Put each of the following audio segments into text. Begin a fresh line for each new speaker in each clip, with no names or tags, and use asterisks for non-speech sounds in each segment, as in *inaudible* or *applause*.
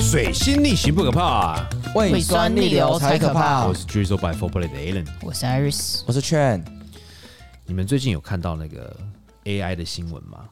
水星逆行不可怕、啊。
胃酸逆流才可怕
我。是 Drizzle by Four Play 的 Alan。
我是 Iris，
我是劝
你们最近有看到那个 AI 的新闻吗？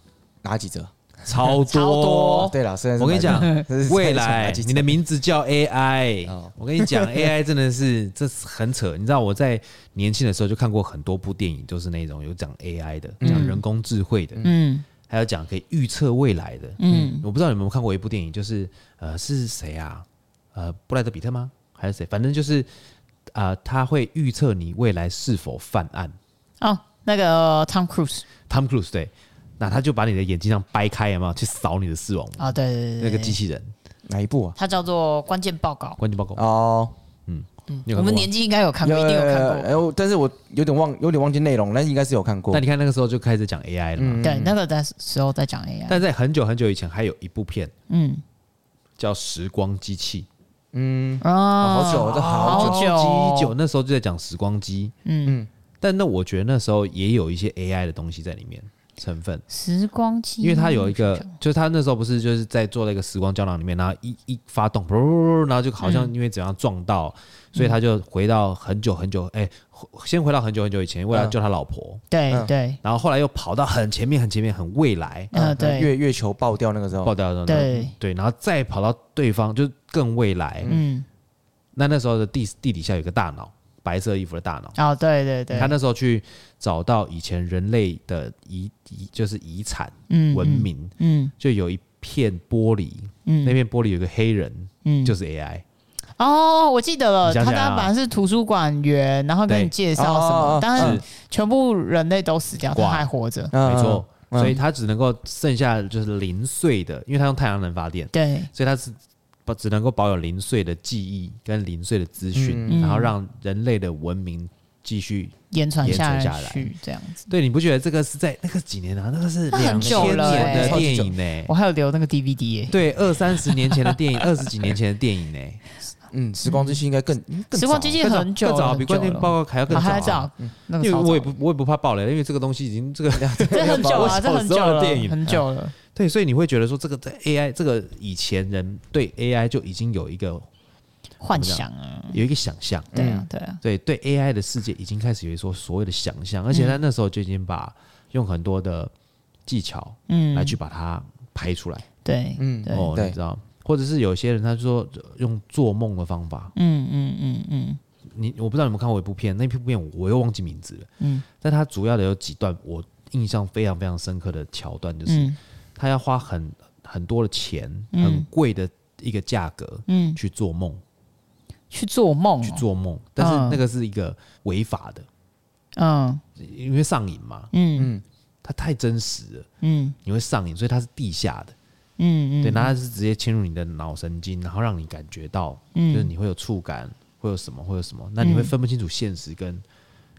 哪几折？
超多。
超多
对了，虽 *laughs* 然是
我跟你讲
哪几折，
未来你的名字叫 AI，
哦
我跟你
*laughs*
讲，AI 真的是这是很扯。你知道我在年轻的时候就看过很多部电影，就是那种有讲 AI 的，讲人工智慧的，
嗯
还有讲可以预测未来的。
嗯，
我不知道你们有没有看过一部电影，就是呃是谁啊？呃，布莱德比特吗？还是谁？反正就是啊、呃他会预测你未来是否犯案。
哦，那个 Tom Cruise
Tom Cruise 对，那他就把你的眼睛上掰开，有没有去扫你的视网膜？
啊，对对
那
对
个
对，
机器人
哪一部啊？
它叫做关键报告。
关机报告，
哦，
你有看过
我们
吗
年纪应该有看过，一定有看过。
哎，我但是我有点忘，有点忘记内容，但是应该是有看过
但。你看那个时候就开始讲 AI 了嘛？
对，那个在时候在讲 AI，
嗯但在很久很久以前，还有一部片
嗯
叫《时光机器》，嗯
哦，
好久这好
久
超级久，那时候就在讲时光机。
嗯，
但那我觉得那时候也有一些 AI 的东西在里面成分，
时光机，
因为他有一个，就是他那时候不是就是在做那个时光胶囊里面，然后一一发动，噗然后就好像因为怎样撞到，所以他就回到很久很久，哎、回先回到很久很久以前，为了救他老婆，
对
嗯
对
然后后来又跑到很前面很前面很未来，
呃对
嗯月月球爆掉那个时候
爆，掉的那
对
对，然后再跑到对方就是更未来，
嗯
那那时候的地地底下有一个大脑，白色衣服的大脑。
哦对对对，
他那时候去找到以前人类的遗遗，就是遗产
嗯
文明，
嗯
就有一片玻璃，那
嗯
片玻璃有一个黑人，
嗯
就是 AI，
哦，我记得了，
你想啊
他
起来
刚
了
刚本来是图书馆员，然后跟你
对
介绍什
哦哦
么
哦，
但是
是
全部人类都死掉，他
挂
还活着。
嗯
没错，，
嗯
所以它只能够剩下就是零碎的，因为它用太阳能发电，
对，
所以它是保只能够保有零碎的记忆跟零碎的资讯，
嗯
然后让人类的文明继续。
延传
延
下
传
来
下来
去这样子。
对，你不觉得这个是在那个几年啊？那个是
那很
两
久
千
了
年
欸
的电影呢、
我还有留那个 DVD 耶、
对，二三十年前的电影，二十几年前的电影呢、
嗯，时光机器应该更更
嗯时光机器
更早
很久了
更早，
很
比
久
关键
了
报告还要更
啊
早、
还
啊。
在找那个
因为
超早，
我也不我也不怕爆雷，因为这个东西已经这个
*laughs* 这很久
我小
啊，这很久
时候的
了，
电影嗯
很久了。
对，所以你会觉得说这个在 AI 这个以前人对 AI 就已经有一个
幻想啊，
有一个想象，
嗯对啊，对啊，
对对 AI 的世界已经开始有一说所谓的想象，而且
嗯
他那时候就已经把用很多的技巧来
嗯，
去把它拍出来、
对，嗯，对，
哦，
对
你知道。或者是有些人他就说呃用做梦的方法，
嗯嗯嗯嗯
你我不知道你们看过一部片，那部片我又忘记名字了，
嗯
但它主要的有几段我印象非常非常深刻的桥段，就是、
嗯
他要花很很多的钱，
嗯
很贵的一个价格
嗯，哦
去做梦，
去做梦、
去，做梦，但是那个是一个违法的，
嗯
因为上瘾嘛，
嗯
它太真实了，
嗯
你会上瘾，所以它是地下的，
嗯嗯，
对，然后它是直接侵入你的脑神经，然后让你感觉到，
嗯
就是你会有触感，会有什么，会有什么，那你会分不清楚现实跟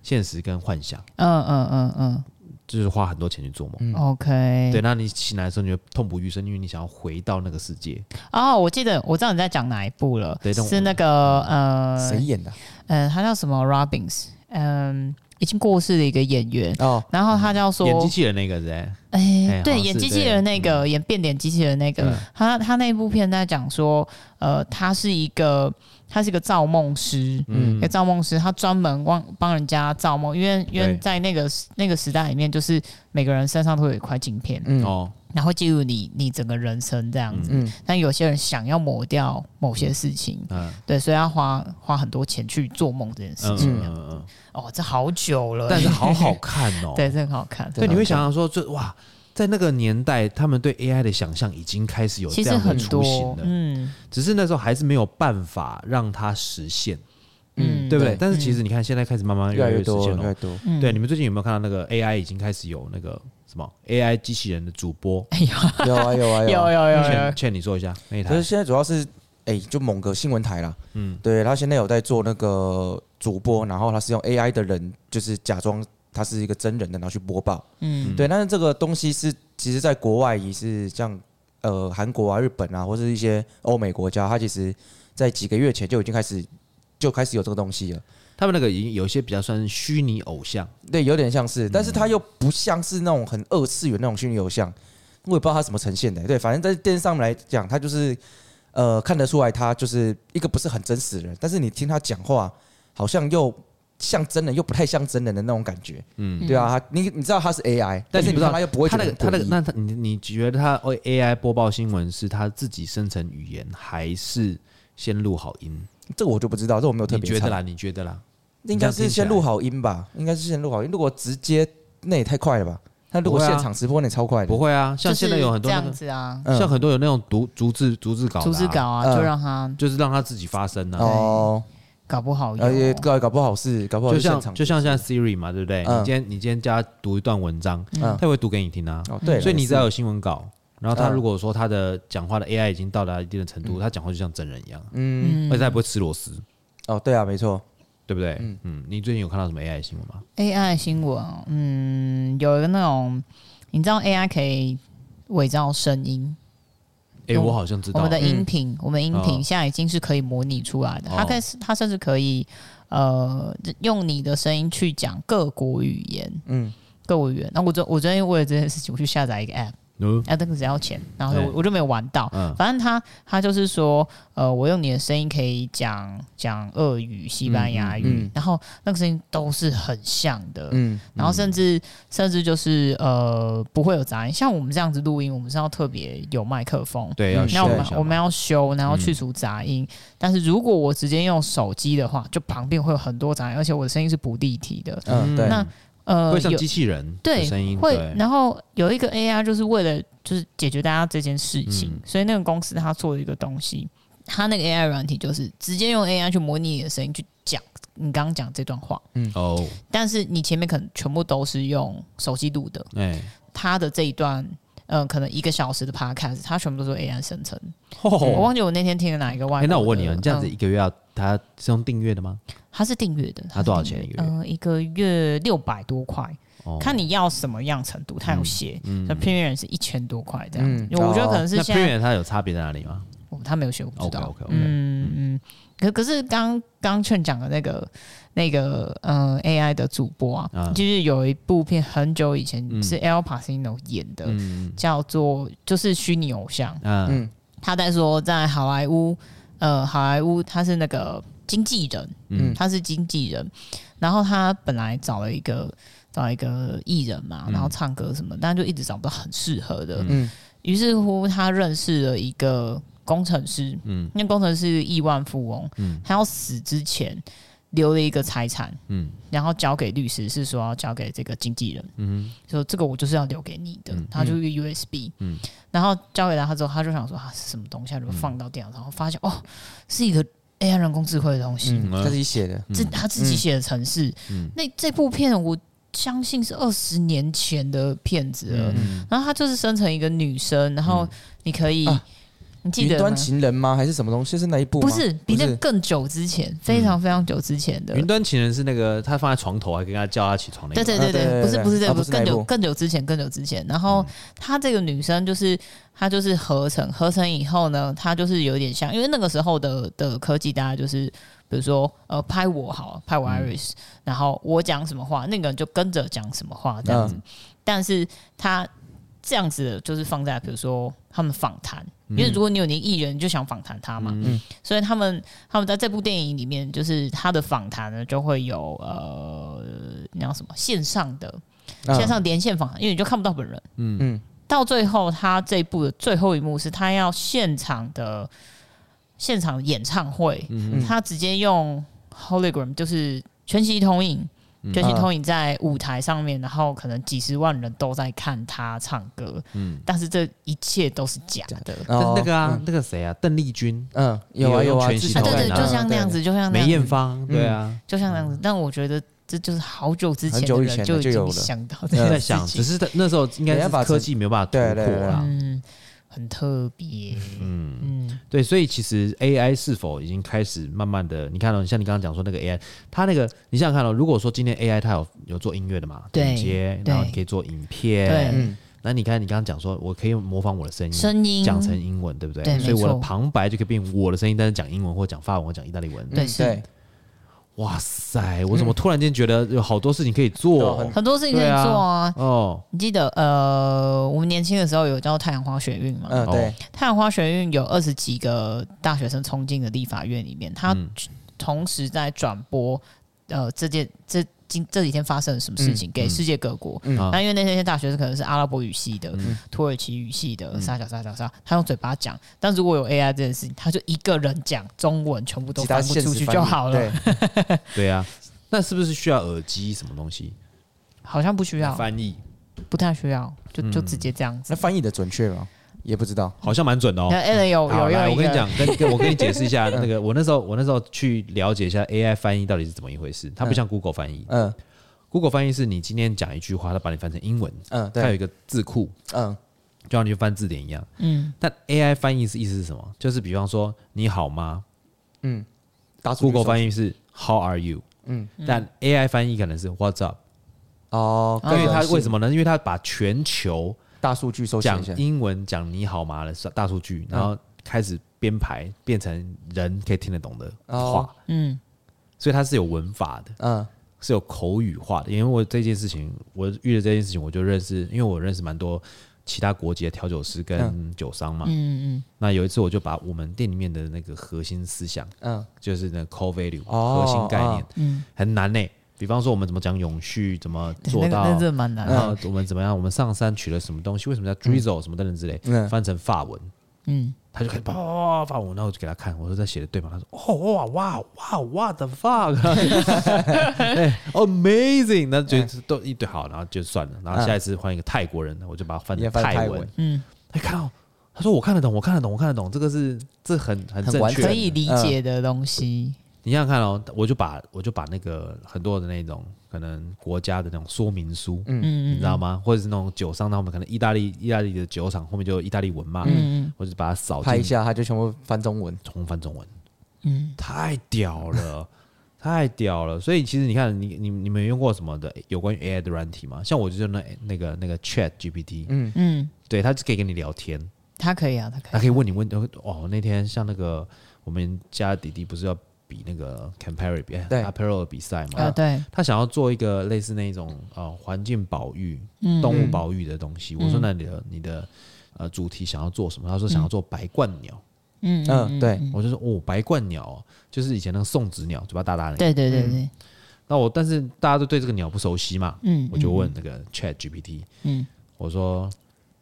现实跟幻想，
嗯嗯嗯
就是花很多钱去做梦。
嗯，OK，
对，那你醒来的时候，你会痛不欲生，因为你想要回到那个世界。
哦，我记得我知道你在讲哪一部了，
对但我嗯
是那个呃
谁演的？
呃，他叫什么 Robbins，嗯、已经过世的一个演员，
哦，
然后他叫
嗯
说
演机器人那个人，
哎
哎，好
对，
像
演
是
机器
对
人那个，演变脸机器人那个
嗯，
他他那部片在讲说，呃，他是一个他是一个造梦师，一
嗯
个，造梦师，他专门帮帮人家造梦，因为因为
对
在那个时那个时代里面，就是每个人身上都有一块镜片，
嗯
哦，
然后记录你你整个人生这样子。
嗯，
但有些人想要抹掉某些事情，
嗯
对，所以要花花很多钱去做梦这件事
嗯
情。
嗯嗯嗯，
哦，这好久了，。
但是好好看哦
*laughs* 对，这很好看。
对，你会想想说，这哇，在那个年代，他们对 AI 的想象已经开始有
其
这
实
样的
很
雏形
多，
了，
嗯
只是那时候还是没有办法让它实现，
嗯，
对不对？
对
但是其实你看，现在开始慢慢
越
越
来
来
越
越实
多，
现
越来
了
越。多。
嗯
对，你们最近有没有看到那个 AI 已经开始有那个什么 AI 机器人的主播？
哎
有啊，有
哎
啊，
有 *laughs* 有
啊。
有有
劝，劝你说一下那一
可
台
是，现在主要是，哎，就某个新闻台啦，嗯，对，他现在有在做那个主播，然后他是用 AI 的人，就是假装他是一个真人的，然后去播报。
嗯
对，但是这个东西是，其实在国外也是像呃韩国啊、日本啊，或是一些欧美国家，它其实在几个月前就已经开始就开始有这个东西了。
他们那个已经有一些比较算是虚拟偶像，
对，有点像
嗯
是，但是它又不像是那种很二次元那种虚拟偶像，我也不知道它怎么呈现的。对，反正在电视上面来讲，它就是呃看得出来他就是一个不是很真实的人，但是你听他讲话，好像又像真人又不太像真人的那种感觉。嗯，对啊，他你你知道他是 AI，
但
但
你
是你
不知道
他又不会
他
觉
那
得
个他那个
很诡异
那他你你觉得他 AI 播报新闻是他自己生成语言，还是先录好音？
这个我就不知道，这我没有特
你
别
觉
查
得啦？你觉得啦？
应该是先录好音吧，应该是先录好音。如果直接那也太快了吧？那如果
不会啊
现场直播那也超快的，
不会啊，
就
像
是
现在有很多
这
那
样
个，
子啊，
嗯
像很多有那种逐逐字逐字稿的啊，
逐字稿啊，
嗯
就让他
就是让他自己发声啊。
哦，
搞不好有
呃
而且呃搞搞不好是搞不好
就是
现
像
场
就像现在 Siri 嘛，对不对？
嗯
你今天你今天叫他读一段文章，
嗯
他也会读给你听啊。
哦对，
所以你只
知
要
道
有新闻稿，然后他
嗯
如果说他的讲话的 AI 已经到达一定的程度，他讲话就像真人一样，
嗯
而且他也不会吃螺丝，
哦对啊没错，
对不对？嗯，你最近有看到什么 AI 新闻吗？
AI 新闻哦，嗯，有一个那种，你知道 AI 可以伪造声音，
哎，
有
我好像知
我
道
们，的音频，我们音
哦
频现在已经是可以模拟出来的，
哦
它可以，它甚至可以呃用你的声音去讲各国语言，
嗯
各国语言。那我昨我昨天为了这件事情，我去下载一个 app，
嗯
啊，那个只要钱，然后
对
我我就没有玩到。
嗯
反正他他就是说，呃，我用你的声音可以讲讲俄语、西班牙语，
嗯嗯
然后那个声音都是很像的，
嗯
然后甚至、甚至就是呃不会有杂音。像我们这样子录音，我们是要特别有麦克风，
对，要
嗯
那我
修一
们
下
我
嘛
们要修，然后去除杂音。但是如果我直接用手机的话，就旁边会有很多杂音，而且我的声音是不立体的。
嗯对，
那呃，
会像
有
机器人的
对
声音，
会
对，
然后有一个 AI 就是为了就是解决大家这件事情，
嗯
所以那个公司它做了一个东西，它那个 AI 软体就是直接用 AI 去模拟你的声音去讲你刚刚讲这段话，
哦，
但是你前面可能全部都是用手机录的，
哎，
它的这一段。嗯，可能一个小时的 podcast，它全部都是 AI 生成。我
哦，
忘记我那天听了哪一个外国
哎，
的。
那我问你啊，你这样子
嗯
一个月要他是用订阅的吗？
它是订阅的，
它多少钱一个月？
嗯、一个月六百多块，
哦，嗯
看你要什么样程度，它有写。那 Premium 人是一千多块这样子
嗯，
因为我觉得可能
哦
是
那
现在
Premium 它有差别在哪里吗
哦他没有写，我不知
？OK
道。
OK OK，
嗯嗯，可可是刚刚劝讲的那个那个嗯 AI 的主播啊
啊，
就是有一部片很久以前
嗯
是 El Pacino 演的，
嗯
叫做就是虚拟偶像。
嗯
嗯
他在说在好莱坞，呃，好莱坞他是那个经纪人，
嗯
他是经纪人，然后他本来找了一个找一个艺人嘛，
嗯
然后唱歌什么，但就一直找不到很适合的。
嗯
于是乎，他认识了一个工程师，
嗯
那工程师亿万富翁，
嗯
他要死之前留了一个财产，
嗯
然后交给律师，是说要交给这个经纪人，
嗯
说这个我就是要留给你的，
嗯
他就是一个 USB，
嗯
然后交给他之后，他就想说啊是什么东西，他就放到电脑上，然后发现哦是一个 AI 人工智慧的东西，
嗯，他自己写的，
这他自己写的城市。
嗯
那这部片我相信是二十年前的片子了。
嗯
然后他就是生成一个女生，然后你可以，
嗯啊
你记
云
得吗
端？情人吗？还是什么东西？是那一部吗？
不是
不
比那个
是嗯
更久之前，非常非常久之前的。
云端情人是那个他放在床头，还跟他叫他起床那个。
对对
啊
对
对对
对，不
对
是不是这
啊
个，不
不是
是更
那一
久
部嗯
更久之前更久之前。然后她这个女生就是她就是合成合成以后呢，她就是有点像，因为那个时候的的科技，大家就是比如说呃拍我好了，拍我
嗯
Iris，、然后我讲什么话，那个人就跟着讲什么话
嗯
这
嗯
样子。但是她这样子的就是放在比如说他们访谈。因为如果你有你艺人，你就想访谈他嘛，
嗯
所以他们他们在这部电影里面，就是他的访谈呢就会有呃那叫什么线上的
嗯
线上连线访谈，因为你就看不到本人。嗯
嗯
到最后他这一部的最后一幕是他要现场的现场演唱会，他直接用 hologram 就是全息投影。全息投影在舞台上面，然后可能几十万人都在看他唱歌，嗯，但是这一切都是假的，
但是
哦
那个
嗯
啊，那个谁啊，邓丽君、
嗯有啊有啊，
有用全息
啊，
投
对
影
对，
啊
就像那样子，就像那
梅
样
艳
子，
芳，对啊，
就像那样子。但我觉得这就是好久之前
很久
的
以前的
人就已
就有
经
了
想到这
正 *laughs* 在
件
想，
事
只
情，
是那时候应该是科技没有办法突破啦。
嗯，很特别，嗯嗯，
对，所以其实 AI 是否已经开始慢慢的，你看到、像你刚刚讲说那个 AI，它那个你想想看哦，如果说今天 AI 它有有做音乐的嘛，
对
剪接，
对
然后你可以做影
对
片，那你看你刚刚讲说我可以模仿我的声音，
声音
讲成英文，对不对？
对没
所以我的
错
旁白就可以变我的声音，但是讲英文或讲法文或讲意大利文。
对
嗯
是
对
哇塞，我怎么突然间觉得有好多事情可以做
嗯？
很多事情可以
对啊
做啊。
哦，
你记得呃，我们年轻的时候有叫太阳花学运嘛？
嗯，
哦
对，
太阳花学运有二十几个大学生冲进了立法院里面，他
嗯
同时在转播呃这件这今这几天发生了什么事
嗯
情、给世界各国。
嗯
啊
那因为那些大学生可能是阿拉伯语系的、
嗯
土耳其语系的，啥啥啥啥啥，他用嘴巴讲。但如果有 AI 这件事情，他就一个人讲中文，全部都
其
翻
他
不
现
出
实
去
翻译
就好了。
对，
对啊，那是不是需要耳机什么东西
好像不需要，
翻译？
不太需要，就就
嗯
直接这样子
那。翻译的准确吗？也不知道。
好像蛮准的哦
那。Alan 有
好
有
来
用一
我跟你
个
讲，跟跟我跟你解释一
*laughs*
下，那个我那时候我那时候去了解一下 AI 翻译到底是怎么一回事。它不像 Google 翻译
嗯
，Google 翻译是你今天讲一句话，它把你翻成英文，
嗯，
它有
对，
一个字库，
嗯
就像你去翻字典一样。
嗯，
但 AI 翻译是意思是什么？就是比方说你好吗
嗯，打出
？Google 翻
译，
译是 How are you？
嗯，
但 AI 翻译可能是 What's up？
哦，
因为它为
么
什么呢？因为它把全球
大数据收集
讲
一下？嗯
英文讲你好吗的大数据，然后开始编排变成人可以听得懂的话
哦，
嗯，
所以它是有文法的。
嗯
是有口语化的，因为我这件事情，我遇了这件事情，我就认识，因为我认识蛮多其他国籍的调酒师跟酒商嘛。
嗯嗯
那有一次，我就把我们店里面的那个核心思想，
嗯，
就是那个 core value、
哦
核心概念，
嗯，
很难呢、比方说，我们怎么讲永续，怎么做
那个
到，
那真的蛮难
嗯
然
的，
后我们怎么样，我们上山取了什么东西，为什么叫 drizzle、什么等等之类，
嗯
翻成法文，
嗯，
他就开始叭叭叭叭叭，我然后我就给他看，我说在写的对吗？他说
*laughs*
哦哇哇哇哇的 fuck，哎 amazing，那
嗯
就是都一对好，然后就算了，然后下一次换一个泰国人，我就把它翻
也
成
翻成
泰
泰
文
文，
嗯，
哎，看到他说我看得懂，我看得懂，我看得懂，这个是这很很
很
正
完
确，
整
可以理解的东西，
你想想看哦，我就把我就把那个很多的那种可能国家的那种说明书，
嗯
你知道吗？或者是那种酒商，他们可能意大利意大利的酒厂后面就有意大利文嘛，
嗯
或者把它扫
拍一
进
下，他就全部翻中文。
重翻中文。
嗯
太屌了， *laughs* 太屌了！所以其实你看，你你你们用过什么的有关于 AI 的软体吗？像我就是那那个那个 Chat GPT，、
嗯，
嗯，
对，它就可以跟你聊天，
他可以啊，他可
它
以，
可以问你问哦。那天像那个我们家弟弟不是要比那个 Campari 比
对
a p e r o 的比赛嘛？
啊，对，
他想要做一个类似那种呃环境保育、
嗯
动物保育的东西。我说
嗯
那你的你的呃主题想要做什么？他说想要做白冠鸟。
嗯
嗯对
我就说哦，白冠鸟哦就是以前那个送子鸟，嘴巴大大的那个。
对
嗯
对对对，
那我但是大家都对这个鸟不熟悉嘛，
嗯，
我就问那个 Chat GPT，
嗯，
我说，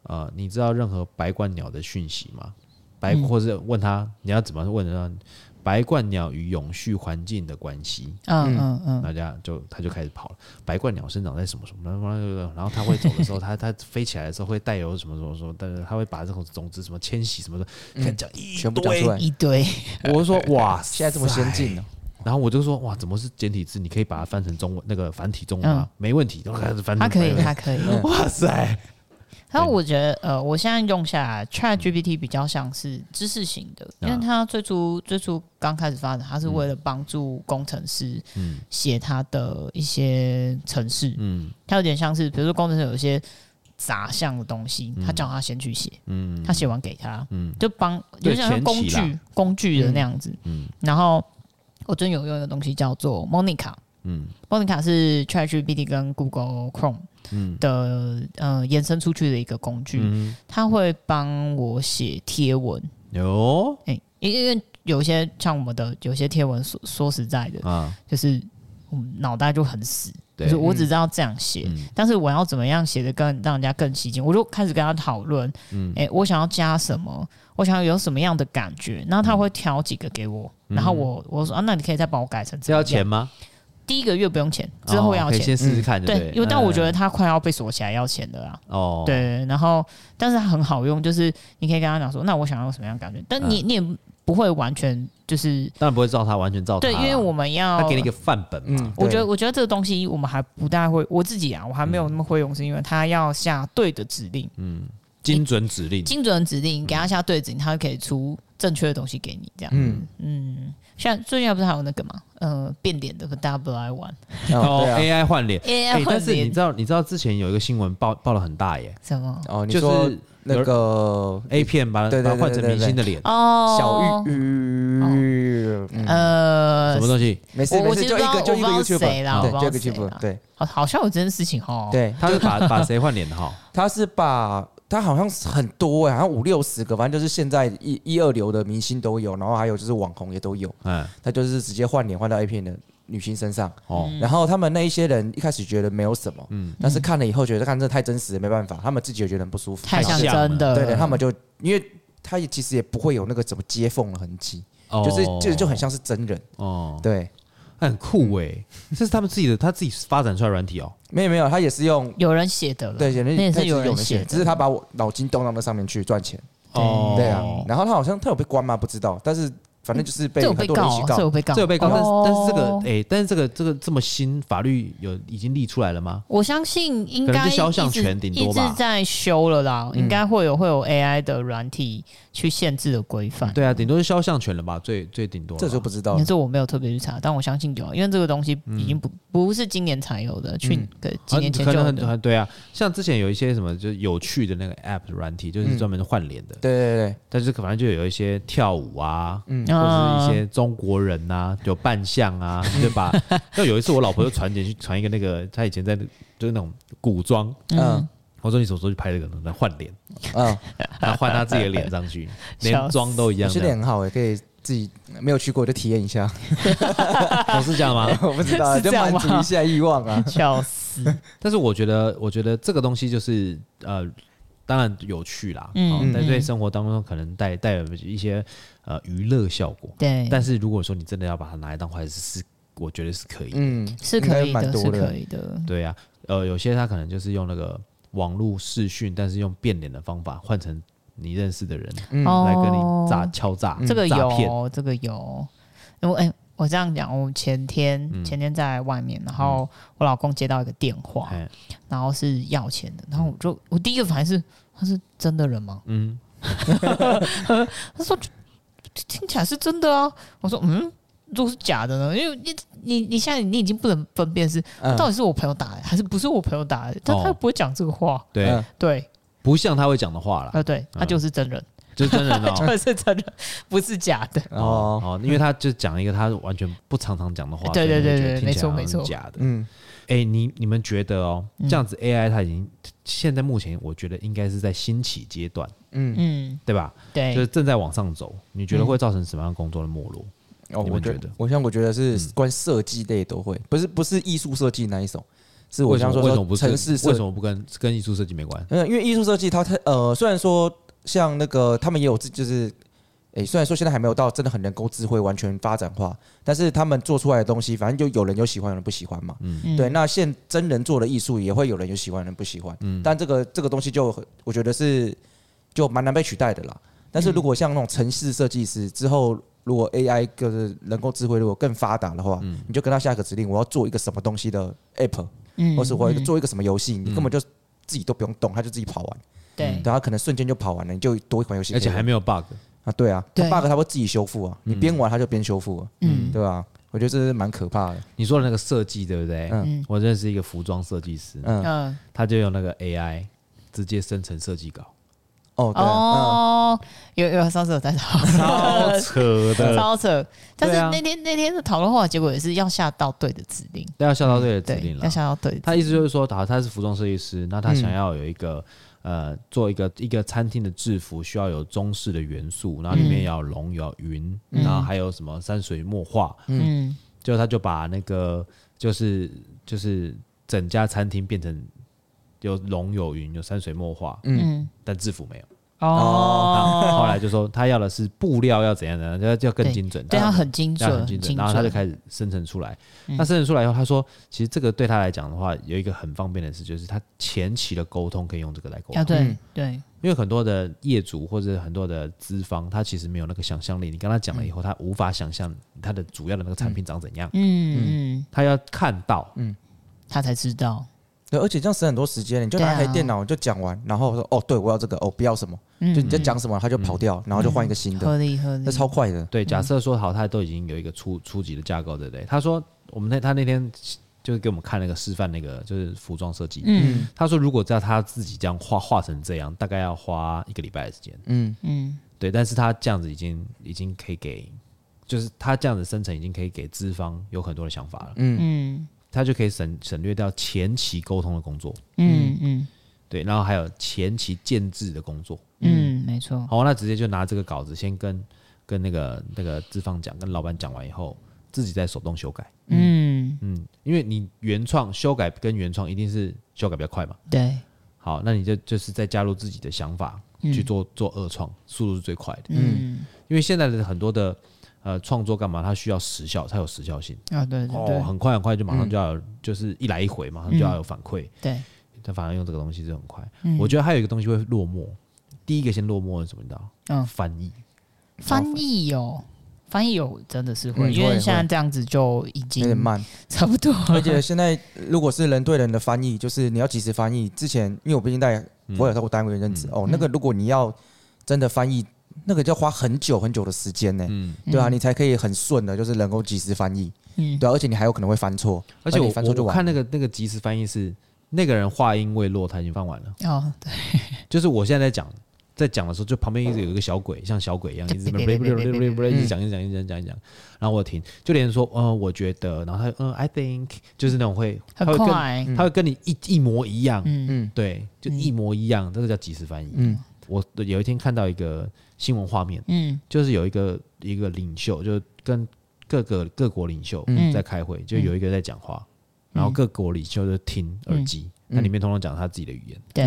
呃，你知道任何白冠鸟的讯息吗？白
嗯
或是问他你要怎么问呢？白冠鸟与永续环境的关系，
嗯嗯嗯
大家就他就开始跑了。白冠鸟生长在什么什么，然后然后它会走的时
*laughs*
候，它它飞起来的时候会带有什么什么什么，但是它会把这种种子什么迁徙什么的，看讲一
嗯全部讲出来
堆。
一
*laughs*
堆，
我就说哇，
现在这么先进啊哦呢？
然后我就说哇，怎么是简体字？你可以把它翻成中文，那个繁体中文
嗯
吗？没问题，然后开始翻成
他可以
白文
他可以。
*laughs* 哇塞，
然后我觉得呃，我现在用下来 Chat GPT 比较像是知识型的，
啊
因为它最初最初刚开始发展，它是为了帮助工程师
嗯
写它的一些程式，
嗯
它有点像是，比如说工程师有一些杂项的东西，他叫他先去写，
嗯
他写完给他，
嗯
就帮有
对
点像
前
工
期啦
具工具的那样子。
嗯
然后我最近有用一个东西叫做 Monica。
嗯
Monica 是 ChatGPT 跟 Google Chrome
嗯
的呃延伸出去的一个工具，
嗯，
它会帮我写贴文，
有
哎、因因为有些像我们的有些贴文说说实在的，
啊，
就是我们脑袋就很死，
对
就是我只知道这样写，
嗯
但是我要怎么样写的更让人家更吸睛，我就开始跟他讨论，
嗯
诶，我想要加什么，我想要有什么样的感觉，然后
嗯
他会挑几个给我，然后我我说啊，那你可以再帮我改成
这
这
要
样，
钱吗？
第一个月不用钱，之后
哦
要
可以
钱，
先
嗯
试试看，
对，因为但我觉得他快要被锁起来要钱的啦。
嗯哦，
对，然后但是它很好用，就是你可以跟他讲说，那我想要什么样的感觉，但你、
嗯
你也不会完全就是
当然不会照他完全照他
对，
啦，
因为我哦们要
他给你一个范本嘛
嗯，
我觉得，我觉得这个东西我们还不大会，我自己啊，我还没有那么会用，是因为他要下对的指令，
嗯，精准指令，
精准指令，给他下对指令，他就可以出正确的东西给你，这样。
嗯
嗯，像最近还不是还有那个嘛，呃，变脸的，可大家不爱玩
哦
哦对啊，
，AI 换脸，哎
，AI
但
换
是你
脸
知道，你知道之前有一个新闻报报了很大耶，
什么？
哦，你
就
说
是
那个
A 片把
对对
把它
对
换成
对对
明星的脸，
哦
小，玉玉，嗯，
呃
什么东西？
没事
哦我
没
我
事，
其实
就
不知
一
道，
个
我不
就
知
一个 YouTube，
道谁啦，我
对，
不
就一个
知道谁
YouTube，
啦，
对
好好像有这件事情哦。，
对，
他是把把谁换脸的
*laughs*
哈？
他是把他好像是很多哎、好像五六十个，反正就是现在一一二流的明星都有，然后还有就是网红也都有，
嗯，
他就是直接换脸换到 A 片的女星身上。
哦，
嗯
然后他们那一些人一开始觉得没有什么，
嗯
但是看了以后觉得看这太真实了，没办法，他们自己也觉得很不舒服。
太像
太像了
真的，
对的，他们就因为他也其实也不会有那个怎么接缝的痕迹，
哦
嗯就是就就很像是真人。
哦，
对，
很酷哎，这是他们自己的，他自己发展出来的软体哦。
没有没有，他也是用
有人写的了，
对，
那也
他
是
也有
人
人
写
写，
的，
只是他把我脑筋动到那上面去赚钱。
哦，
对啊，然后他好像他有被关吗？不知道，但是反正就是被
这有
很
被
多人一起
告，啊哦这
告。
有被告，
这有被告，但是
哦
但是这个哎，但是这个这个这么新，法律有已经立出来了吗？
我相信应
可能
该
就肖
一
像
直
权顶
一
多
直
吧
在修了啦，
嗯
应该会有会有 AI 的软体去限制的规范。
对啊，顶多是肖像权了吧，最最顶多了吧。
这就不知道
你
了。
嗯这我没有特别去查，但我相信有，啊因为这个东西已经不、不是今年才有的，去
嗯
个几年
嗯很
前就
可能
有
很
的。
很对啊，像之前有一些什么就是有趣的那个 App 软体，就是专门换脸的，
对对对，
但是反正就有一些跳舞啊。
嗯
或者是一
啊
些中国人呐、有扮相啊，对吧？就有一次我老婆就传简讯，传一个那个，她以前在就是那种古装，
嗯
我说你什么时候去拍这个？她换脸，
嗯，
她换她自己的脸上去，连
笑死
妆都一
有
样
些
这
店
样。
很好诶，可以自己没有去过就体验一下。 *laughs*
我是这样吗？
我不知道，
*laughs* 是
就
这样
满
吗
足一下欲望啊。
笑死！
但是我觉得，我觉得这个东西就是呃，当然有趣啦，
嗯
哦
嗯
但对
嗯
生活当中可能带带有一些呃娱乐效果。
对，
*laughs* 但是如果说你真的要把它拿来当坏事，是我觉得是可以。
嗯，
是可以
应该蛮
的，是
多
可
的。嗯
以的。
对呀、呃，有些他可能就是用那个网络视讯，但是用变脸的方法换成你认识的人、
嗯
哦，嗯
来跟你诈敲诈，
这个
诈骗。
有，这个有。我哎、我这样讲，我前天、
嗯
前天在外面，然后我老公接到一个电话，
哎，
然后是要钱的，然后我就我第一个反应是他是真的人吗？
嗯，
*laughs* 他说就就听起来是真的啊，我说嗯。如果是假的呢？因为你你你现在你已经不能分辨是
嗯
到底是我朋友打的还是不是我朋友打的，但
哦
他又不会讲这个话，
对，
嗯
对，
不像他会讲的话啦，
啊对，他就是真人，
就是真人
*laughs*
哦。
就是真人，不是假的，
哦
哦，
哦，因为他就讲一个他完全不常常讲的话，
对对
所以你
对
就觉得
对
听起来
没错没
好像
错
是假的。
嗯，
哎、你你们觉得哦，
嗯
这样子 AI 它已经现在目前我觉得应该是在兴起阶段，
嗯，
对吧？
哎
对，
就是正在往上走，你觉得会造成什么样工作的没落？
哦，
你
我
们
觉
觉得
得，我像我觉得是
嗯
关设计类都会，不是不是艺术设计那一种，是我
为什
想
么
说
为什么不
说
是跟
城市
为
设
什么不跟跟艺术设计没关？
嗯，因为艺术设计它它呃，虽然说像那个他们也有自就是，诶、虽然说现在还没有到真的很人工智慧完全发展化，但是他们做出来的东西，反正就有人有喜欢，有人不喜欢嘛。
嗯
对，那现真人做的艺术也会有人有喜欢，有人不喜欢。
嗯
但这个这个东西就很我觉得是就蛮难被取代的啦。但
嗯
是如果像那种城市设计师之后，如果 AI 就是人工智慧如果更发达的话，你就跟他下一个指令，我要做一个什么东西的 app，
嗯
或是我要一个
嗯
做一个什么游戏，你根本就自己都不用动，他就自己跑完。
对
对，他可能瞬间就跑完了，你就多一款游戏可
而
以
且
玩，
还没有 bug，
啊，对啊，
对
它 bug 它会自己修复啊，你边玩它就边修复啊，
嗯
对吧？我觉得这是蛮可怕的，
你说的那个设计对不对？
嗯
嗯
我认识一个服装设计师，
嗯，
嗯
他就用那个 AI 直接生成设计稿，
哦，对啊，
哦，有有上次有在讨
超扯的。
超扯，但是
呃对啊
那天那天的讨论后来结果也是要下到对的指令，
要笑到对的指
对
令，了
要。下到对的
他意思就是说，好，他是服装设计师，那他
嗯
想要有一个、呃，做一个一个餐厅的制服，需要有中式的元素，然后里面要有龙，有云，
嗯
然后还有什么山水墨画，
指令，嗯，
就他就把那个就是就是整家餐厅变成有龙有云有山水墨画，
嗯，
但制服没有。
哦，
后来就说他要的是布料要怎样怎样，要要更精准，
对他
要
很精
要
准，
很精准，
准，
然后他就开始生成出来。
嗯
那生成出来以后，他说其实这个对他来讲的话，有一个很方便的事，就是他前期的沟通可以用这个来沟
啊，
通，
对
嗯
对，
因为很多的业主或者很多的资方，他其实没有那个想象力。你跟他讲了以后，他无法想象他的嗯主要的那个产品长怎样，
嗯嗯嗯，
他要看到，
他才知道，
对，而且这样省很多时间，你就拿一台
啊
电脑就讲完，然后说哦，对我要这个，哦不要什么，
嗯
就你在讲什么，他就跑掉，然后就换一个新的，
合理合理，
那超快的。
对，假设说好，它都已经有一个初初级的架构，对不对？他说我们那他那天就是给我们看那个示范那个就是服装设计，
嗯
他说如果照他自己这样画画成这样，大概要花一个礼拜的时间。
嗯，
嗯
对，但是他这样子已经已经可以给，就是他这样子生成已经可以给资方有很多的想法了，
嗯
他就可以省省略掉前期沟通的工作，
嗯嗯
对，然后还有前期建制的工作。
嗯，没错，
好，那直接就拿这个稿子先跟跟那个那个资方讲，跟老板讲完以后，自己再手动修改。
嗯
嗯，因为你原创修改跟原创一定是修改比较快嘛。
对，
好，那你就就是再加入自己的想法去做做二创，速度是最快的。
嗯
因为现在的很多的呃创作干嘛，它需要时效，它有时效性，
啊对对
哦，
对
很快很快就马
嗯
上就要有，就是一来一回马上就要有反馈，
对，
但反而用这个东西就很快。
嗯
我觉得还有一个东西会落寞，第一个先落寞是什么？你知道？
嗯
翻译。
翻译哦。翻译有真的是
嗯
会，因为
会
现在这样子就已
有
经
点
*laughs*
慢，
差不多
而
了。
且现在如果是人对人的翻译，就是你要及时翻译。之前因为我毕竟在我有在过单位任职哦，那个
嗯
如果你要真的翻译，那个就要花很久很久的时间呢，
嗯，
对啊，
嗯
你才可以很顺的，就是能够及时翻译，
嗯，
对啊，而且你还有可能会翻错，
而且
那
我
你翻错就
我我
完了。
看那个那个即时翻译是那个人话音未落，他已经翻完了。
哦，对，
就是我现在在讲，在讲的时候，就旁边一直有一个小鬼，像小鬼一样，一直一直讲一直
嗯
讲一直讲一讲，然后我听，就连说，嗯，我觉得，然后他，嗯，I think，就是那种会，他
很
会跟，
快，
他会跟你一一模一样，
嗯
嗯
对，就一模一样，这个叫即时翻译。
嗯
我有一天看到一个新闻画面，
嗯
就是有一个一个领袖，就跟各个各国领袖
嗯
在开会，就有一个在讲话，然后各国领袖就听耳机，
嗯
那里面通通讲他自己的语言。
对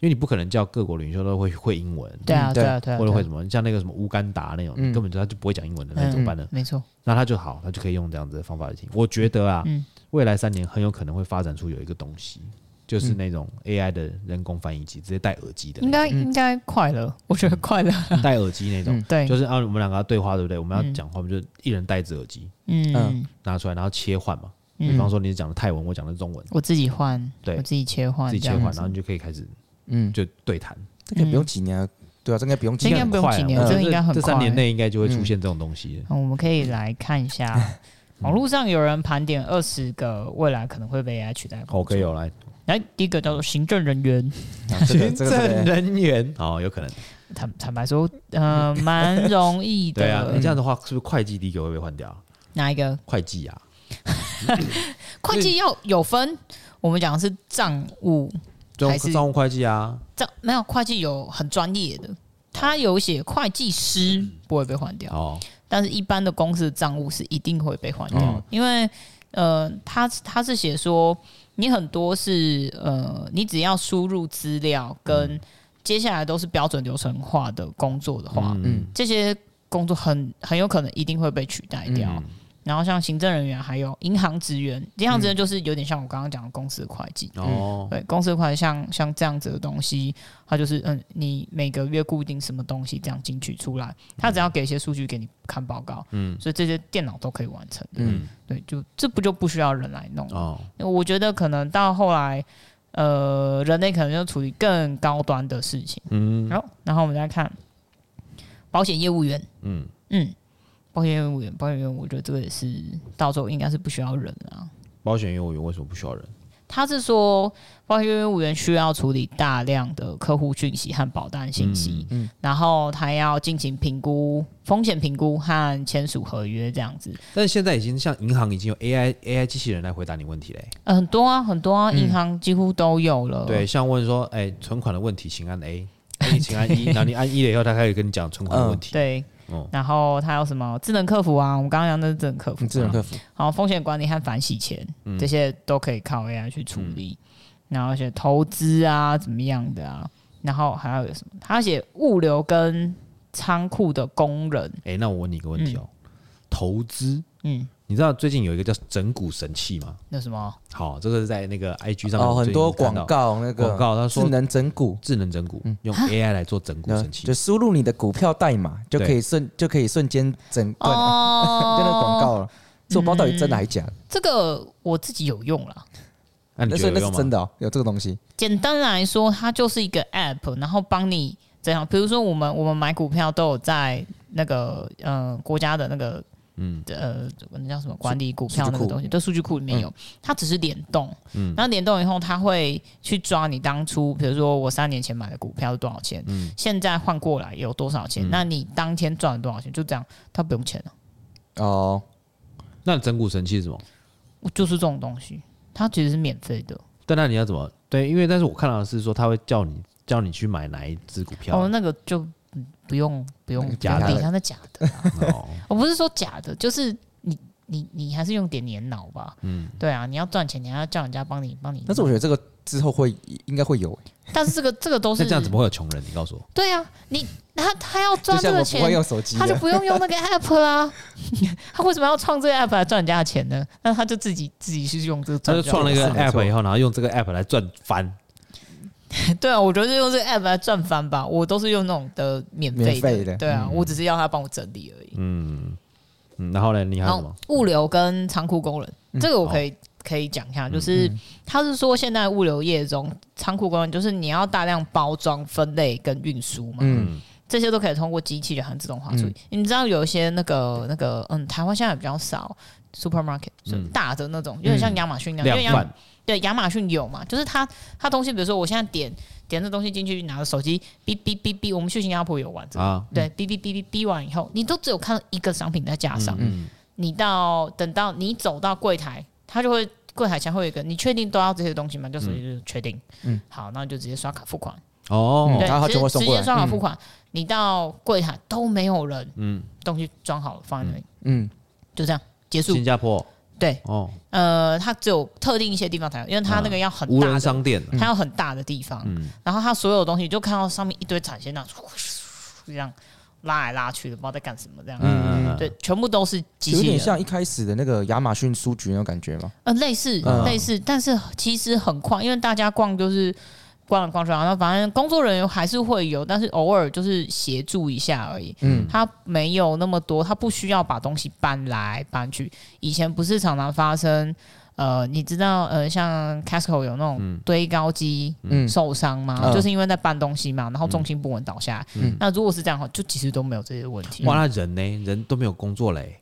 因为你不可能叫各国领袖都会会英文，
对啊
嗯
对啊对啊，
或者会
对啊
什么，像那个什么乌干达那种，
嗯
你根本就他就不会讲英文的，那怎么办呢
嗯？没错，
那他就好，他就可以用这样子的方法来听。我觉得啊
嗯，
未来三年很有可能会发展出有一个东西，就是那种 AI 的人工翻译机，直接戴耳机的
嗯应
那
该应该快了，嗯我觉得快了，
种，戴耳机那种，
对，
就是啊，我们两个要对话对不对？我们要讲话，我们就一人戴一只耳机
嗯
嗯
拿出来，然后切换嘛。比方
嗯，
说你讲的泰文，我讲的中文，
我自己换，
对
我自己切换，
自己切
这
换，
样
然
子
后你就可以开始
嗯，
就对谈。
这个不用几年啊，对啊，这应该不用几
嗯应该
年
不用几年
很快啊
我觉得应该很
这三年
快嗯
内应该就会出现这种东西了。
好我们可以来看
*laughs*
一下。网络上有人盘点二十个未来可能会被 AI 取代的工作
OK，有来
来第一个叫做行政人员，
啊
*laughs*
这个这
*laughs*
个这个
人员，哦，有可能。
坦坦白说，
*laughs*
呃，蛮容易
对啊，
的。
你这样的话，是不是会计第一个会被换掉？
哪一个？
会计啊，
会计要有分，我们讲的是账务，
账
还是
账务会计啊，
账没有会计有很专业的，他有写会计师
嗯
不会被换掉，
哦，
但是一般的公司的账务是一定会被换掉，
嗯
因为呃，他他是写说你很多是呃，你只要输入资料跟
嗯
接下来都是标准流程化的工作的话，
嗯
嗯，
这些工作很很有可能一定会被取代掉。
嗯
然后像行政人员，还有银行职员，银行职员就是有点像我刚刚讲的公司会计。
哦，
对，公司会计像像这样子的东西，它就是嗯，你每个月固定什么东西这样进去出来，它只要给一些数据给你看报告，
嗯
所以这些电脑都可以完成的。
嗯
嗯，
对，就这不就不需要人来弄了。
哦，
我觉得可能到后来，呃，人类可能就处理更高端的事情。
嗯
然后，然后我们再看保险业务员，
嗯，
嗯，保险业务员，保险业务员，我觉得这个也是到时候应该是不需要人了啊。
保险业务员为什么不需要人？
他是说，保险业务员需要处理大量的客户讯息和保单信息，
嗯嗯
然后他要进行评估、风险评估和签署合约这样子。
但是现在已经像银行已经有 AI AI 机器人来回答你问题嘞。
呃很多啊，很多
嗯
啊，银行几乎都有了。
哦
对，像问说，哎，存款的问题，请按
*laughs*
A。A 请按一，然后你按一了以后，他开始跟你讲存款
嗯
的问题。
对
哦
然后还有什么智能客服啊？我们刚刚讲的是智能客服
嗯，
嘛，
智能客服，嗯
然后风险管理和反洗钱、这些都可以靠 AI 去处理，然后写投资啊怎么样的啊，然后还要有什么？他写物流跟仓库的工人，
哎，那我问你一个问题哦，
嗯
投资，
嗯，
你知道最近有一个叫整股神器吗？
那什么，
好，这个是在那个 IG 上面
哦，
我
很
最近
多
看
广
到
告那个
广告，他说
智能嗯整股，呃
智能整股，用 AI 来做整股神器
就，输入你的股票代码就可以瞬就可以瞬间整断，就那个广
*laughs* 哦，
告了。这我不知道到底真的还是假的，
这个我自己有用啦，
嗯那你
那
觉得
是那
有用
是真
吗？
的哦，有这个东西。
简单来说，它就是一个 app，然后帮你怎样？比如说我们我们买股票都有在那个呃国家的那个
嗯
呃那叫什么管理股票
数据
那
库嗯
个东西，对数据库里面有，它只是联动，嗯，然后联动以后，它会去抓你当初，比如说我三年前买的股票是多少钱，
嗯
现在换过来有多少钱，那你当天赚了多少钱，就这样，它不用钱了，
哦，
那整股神器是什么？
就是这种东西，它其实是免费的。
但那你要怎么？对，因为但是我看到的是说他会叫你叫你去买哪一只股票
哦，那个就嗯不用不用
那个
不用
假的
理它，那假的。啊
哦，
*laughs* 我不是说假的，就是你你你还是用点年脑吧。嗯，对啊，你要赚钱，你还要叫人家帮你帮你。
但是我觉得这个之后会应该会有，
但是这个这个都
*laughs* 那
是
这样怎么会有穷人？你告诉我，
对啊，你他他要
就
赚这
像
个
我不会
钱，
用手机
他就
的，
不用用那个 app 啦。 *laughs* 他为什么要创这个 app 来赚人家的钱呢？那他就自己自己去用这个
他
赚
就
就好。
创了一个
是没错
app 以后，然后用这个 app 来赚翻。
对啊，我觉得是用这个 app 来赚翻吧。我都是用那种的免费
免费的
对啊，我只是要他帮我整理而已。
嗯嗯，然后呢？你还
然
有什
后
么？
物流跟仓库工人，
嗯
这个我可以、可以讲一
嗯
下，就是、他是说现在物流业中仓库工人就是你要大量包装、分类跟运输嘛，
嗯，
这些都可以通过机器人和自动化处理。
嗯
你知道有一些那个那个嗯，台湾现在比较少 supermarket，、就
嗯
大的那种，有点像亚马逊那样，因为
量
亚
贩
对亚马逊有嘛，就是它它东西，比如说我现在点点这东西进去，拿着手机哔哔哔哔，我们去新加坡有玩这个。
啊，
对，哔哔哔哔哔完以后，你都只有看到一个商品在架上，
嗯，
你到等到你走到柜台，他就会柜台前会有一个，你确定都要这些东西吗？就是就是确定，
嗯
嗯，好，那你就直接刷卡付款，
哦，
对，
然后他
直
就会送
直
过
接
来嗯
刷卡付款，你到柜台都没有人，嗯，东西装好了放在那里，
嗯，
就这样结束
新。加坡
对，
哦，
呃，它只有特定一些地方才有，因为它那个要很
无
大
人
的，嗯
商
嗯
店，
它要很大的地方，然后它所有东西你就看到上面一堆产线那样这样拉来拉去的，不知道在干什么这样，
嗯，
对，全部都是机
有
器
点
人。
像一开始的那个亚马逊书局那种感觉嘛。
呃，类似、
嗯
类似，但是其实很快，因为大家逛就是逛来逛去，然后反正工作人员还是会有，但是偶尔就是协助一下而已。
嗯，
他没有那么多，他不需要把东西搬来搬去。以前不是常常发生，呃，你知道，呃，像 Casco 有那种堆高机
嗯
受伤吗？
嗯
就是因为在搬东西嘛，然后重心不稳倒下。
嗯
那如果是这样的话，就其实都没有这些问题。
哇，那人呢？人都没有工作嘞。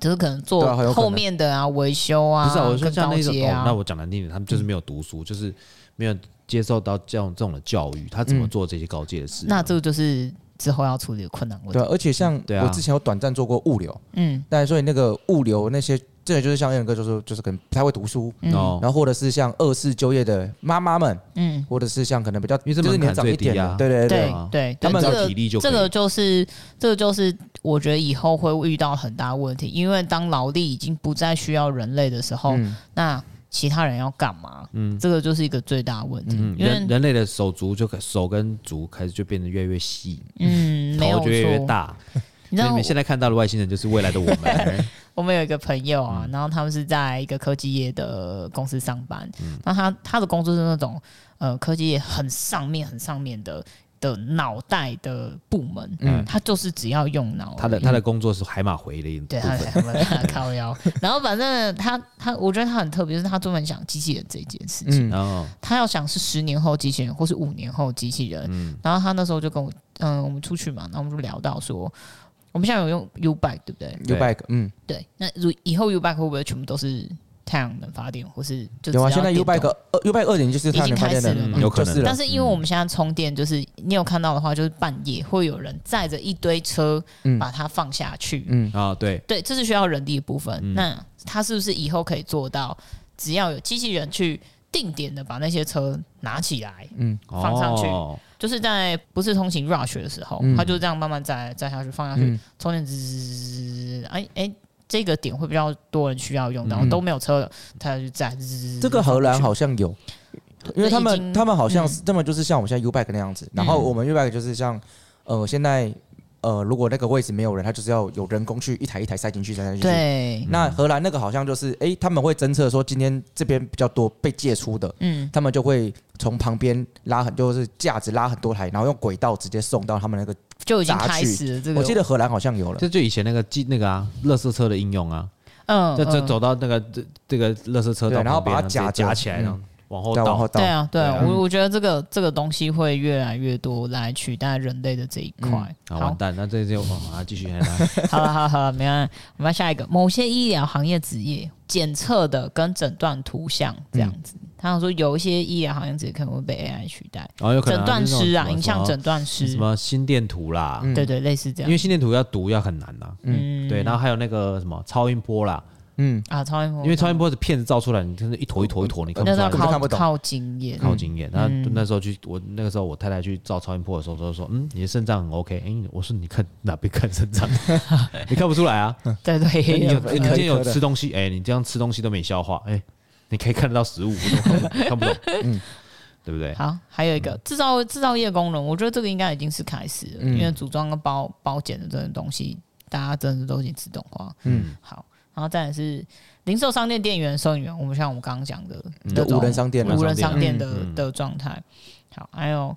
只是可能
对啊很有可能
做后面的啊，维修啊，
不是啊，我是说
更
像
高
那种，
阶啊
哦、那我讲难听点，他们就是没有读书，就是没有接受到这样这种的教育，他怎么
嗯
做这些高阶的事？啊
那这个就是之后要处理的困难问
对
题。
啊，而且像
对啊
我之前有短暂做过物流，
嗯，
但所以那个物流那些，真的就是像燕哥就是就是可能不太会读书，
嗯
哦，
然后或者是像二次就业的妈妈们，
嗯，
或者是像可能比较
因为这
就是
门槛
年长一
最低
点的
啊，
对对
对
对，
啊
对，
他们
对
只
这
要
个
体力就可
这
以
个就是这个就是我觉得以后会遇到很大问题，因为当劳力已经不再需要人类的时候，
嗯
那其他人要干嘛？嗯，这个就是一个最大的问题，
嗯，
因
人
为
人类的手足就可手跟足开始就变得越来越细，
嗯没
头
有
就越来越
错，
大。
你知
所以
道
你们现在看到的外星人就是未来的我
*laughs*
们。
我们有一个朋友
嗯
啊，然后他们是在一个科技业的公司上班，
嗯
那他他的工作是那种呃科技业很上面很上面的的脑袋的部门，
嗯
他就是只要用脑而已，
他的他的工作是海马回的一部
对他
分，
的靠腰， *laughs* 然后反正他他我觉得他很特别，就是他专门想机器人这一件事
嗯，
情。
然后
他要想是十年后机器人，或是五年后机器人。
嗯
然后他那时候就跟我，嗯，我们出去嘛，然后我们就聊到说，我们现在有用 U bike，对不对？
U bike，嗯，
对，那如以后 U bike 会不会全部都是太阳能发电，或是就只
有啊，
要
现在 U
电
bike
动
二 U bike 二点就是太阳能发电的
已经开始了，
嘛有可能啊
就是了
但是因为我们现在充电，就是你有看到的话，就是半夜会有人载着一堆车
嗯
把它放下去。
嗯，
啊对，
对，这是需要人力的部分。那它是不是以后可以做到，只要有机器人去定点的把那些车拿起来，
嗯
放上去
哦
就是在不是通勤 rush 的时候，
嗯
它就这样慢慢载载下去，放下去，
嗯
充电滋滋滋滋滋，哎哎，这个点会比较多人需要用到，都没有车了，它就载滋滋滋滋。
这个荷兰好像有，因为他
已经嗯
们他们好像是他们就是像我们现在 U bike 那样子，然后我们 U bike 就是像呃现在呃如果那个位置没有人，他就是要有人工去一台一台塞进去塞进去。
对，
那荷兰那个好像就是，哎，他们会侦测说今天这边比较多被借出的，
嗯，
他们就会从旁边拉很，就是架子拉很多台，然后用轨道直接送到他们那个。
就已经
杂
开
去
始了这个。
我记得荷兰好像有了，
这就以前那个机那个啊，垃圾车的应用啊，
嗯，
就就
嗯
走到那个这这个垃圾车
对
道旁边，
然后把它
直接
夹着
夹起来，
嗯
然后往后
再往
倒
后，倒
对，啊，对啊
对啊，
我我觉得这个这个东西会越来越多来取代人类的这一块。
啊，
好
完，蛋，那这就哦啊，继续来， *laughs*
好了，好了，好了，没关系。我们要下一个，某些医疗行业职业检测的跟诊断图像这样子。他想说，有一些医疗行业职业可能会被 AI 取代，
然哦后有可能
诊断师啊，
就是那种
影像诊断啊师，
什么心电图啦，
嗯
对对，啊类似这
因
样
为。心电图要读要很难呐，
嗯
对，然后还有那个什么超音波啦，
嗯，
啊，超音波，
因为超音波是片子照出来，你真的一坨一坨一坨，你看不
那
出
是
来
要
根本
靠
看不懂
靠经验，
靠经验。那
嗯
那时候去，我那个时候我太太去照超音波的时候，都说：“嗯，你的肾脏很 OK。”哎，我说：“你看哪边看肾
*laughs*
脏？你看不出来啊？
对对，
*laughs* 你有
也有
你今天有吃东西，哎，你这样吃东西都没消化，哎，你可以看得到食物，我都看
*laughs*
不懂，对不对？
嗯好，还有一
嗯
个制造制造业工人，我觉得这个应该已经是开始了，
嗯
因为组装跟包包检的这种东西，大家真的都已经自动化。
嗯
嗯，好，然后再来是零售商店店员、收银员，我们像我们刚刚讲的
就
嗯
这种
无人商店啊
无人商店的
嗯嗯
的状态。好，还有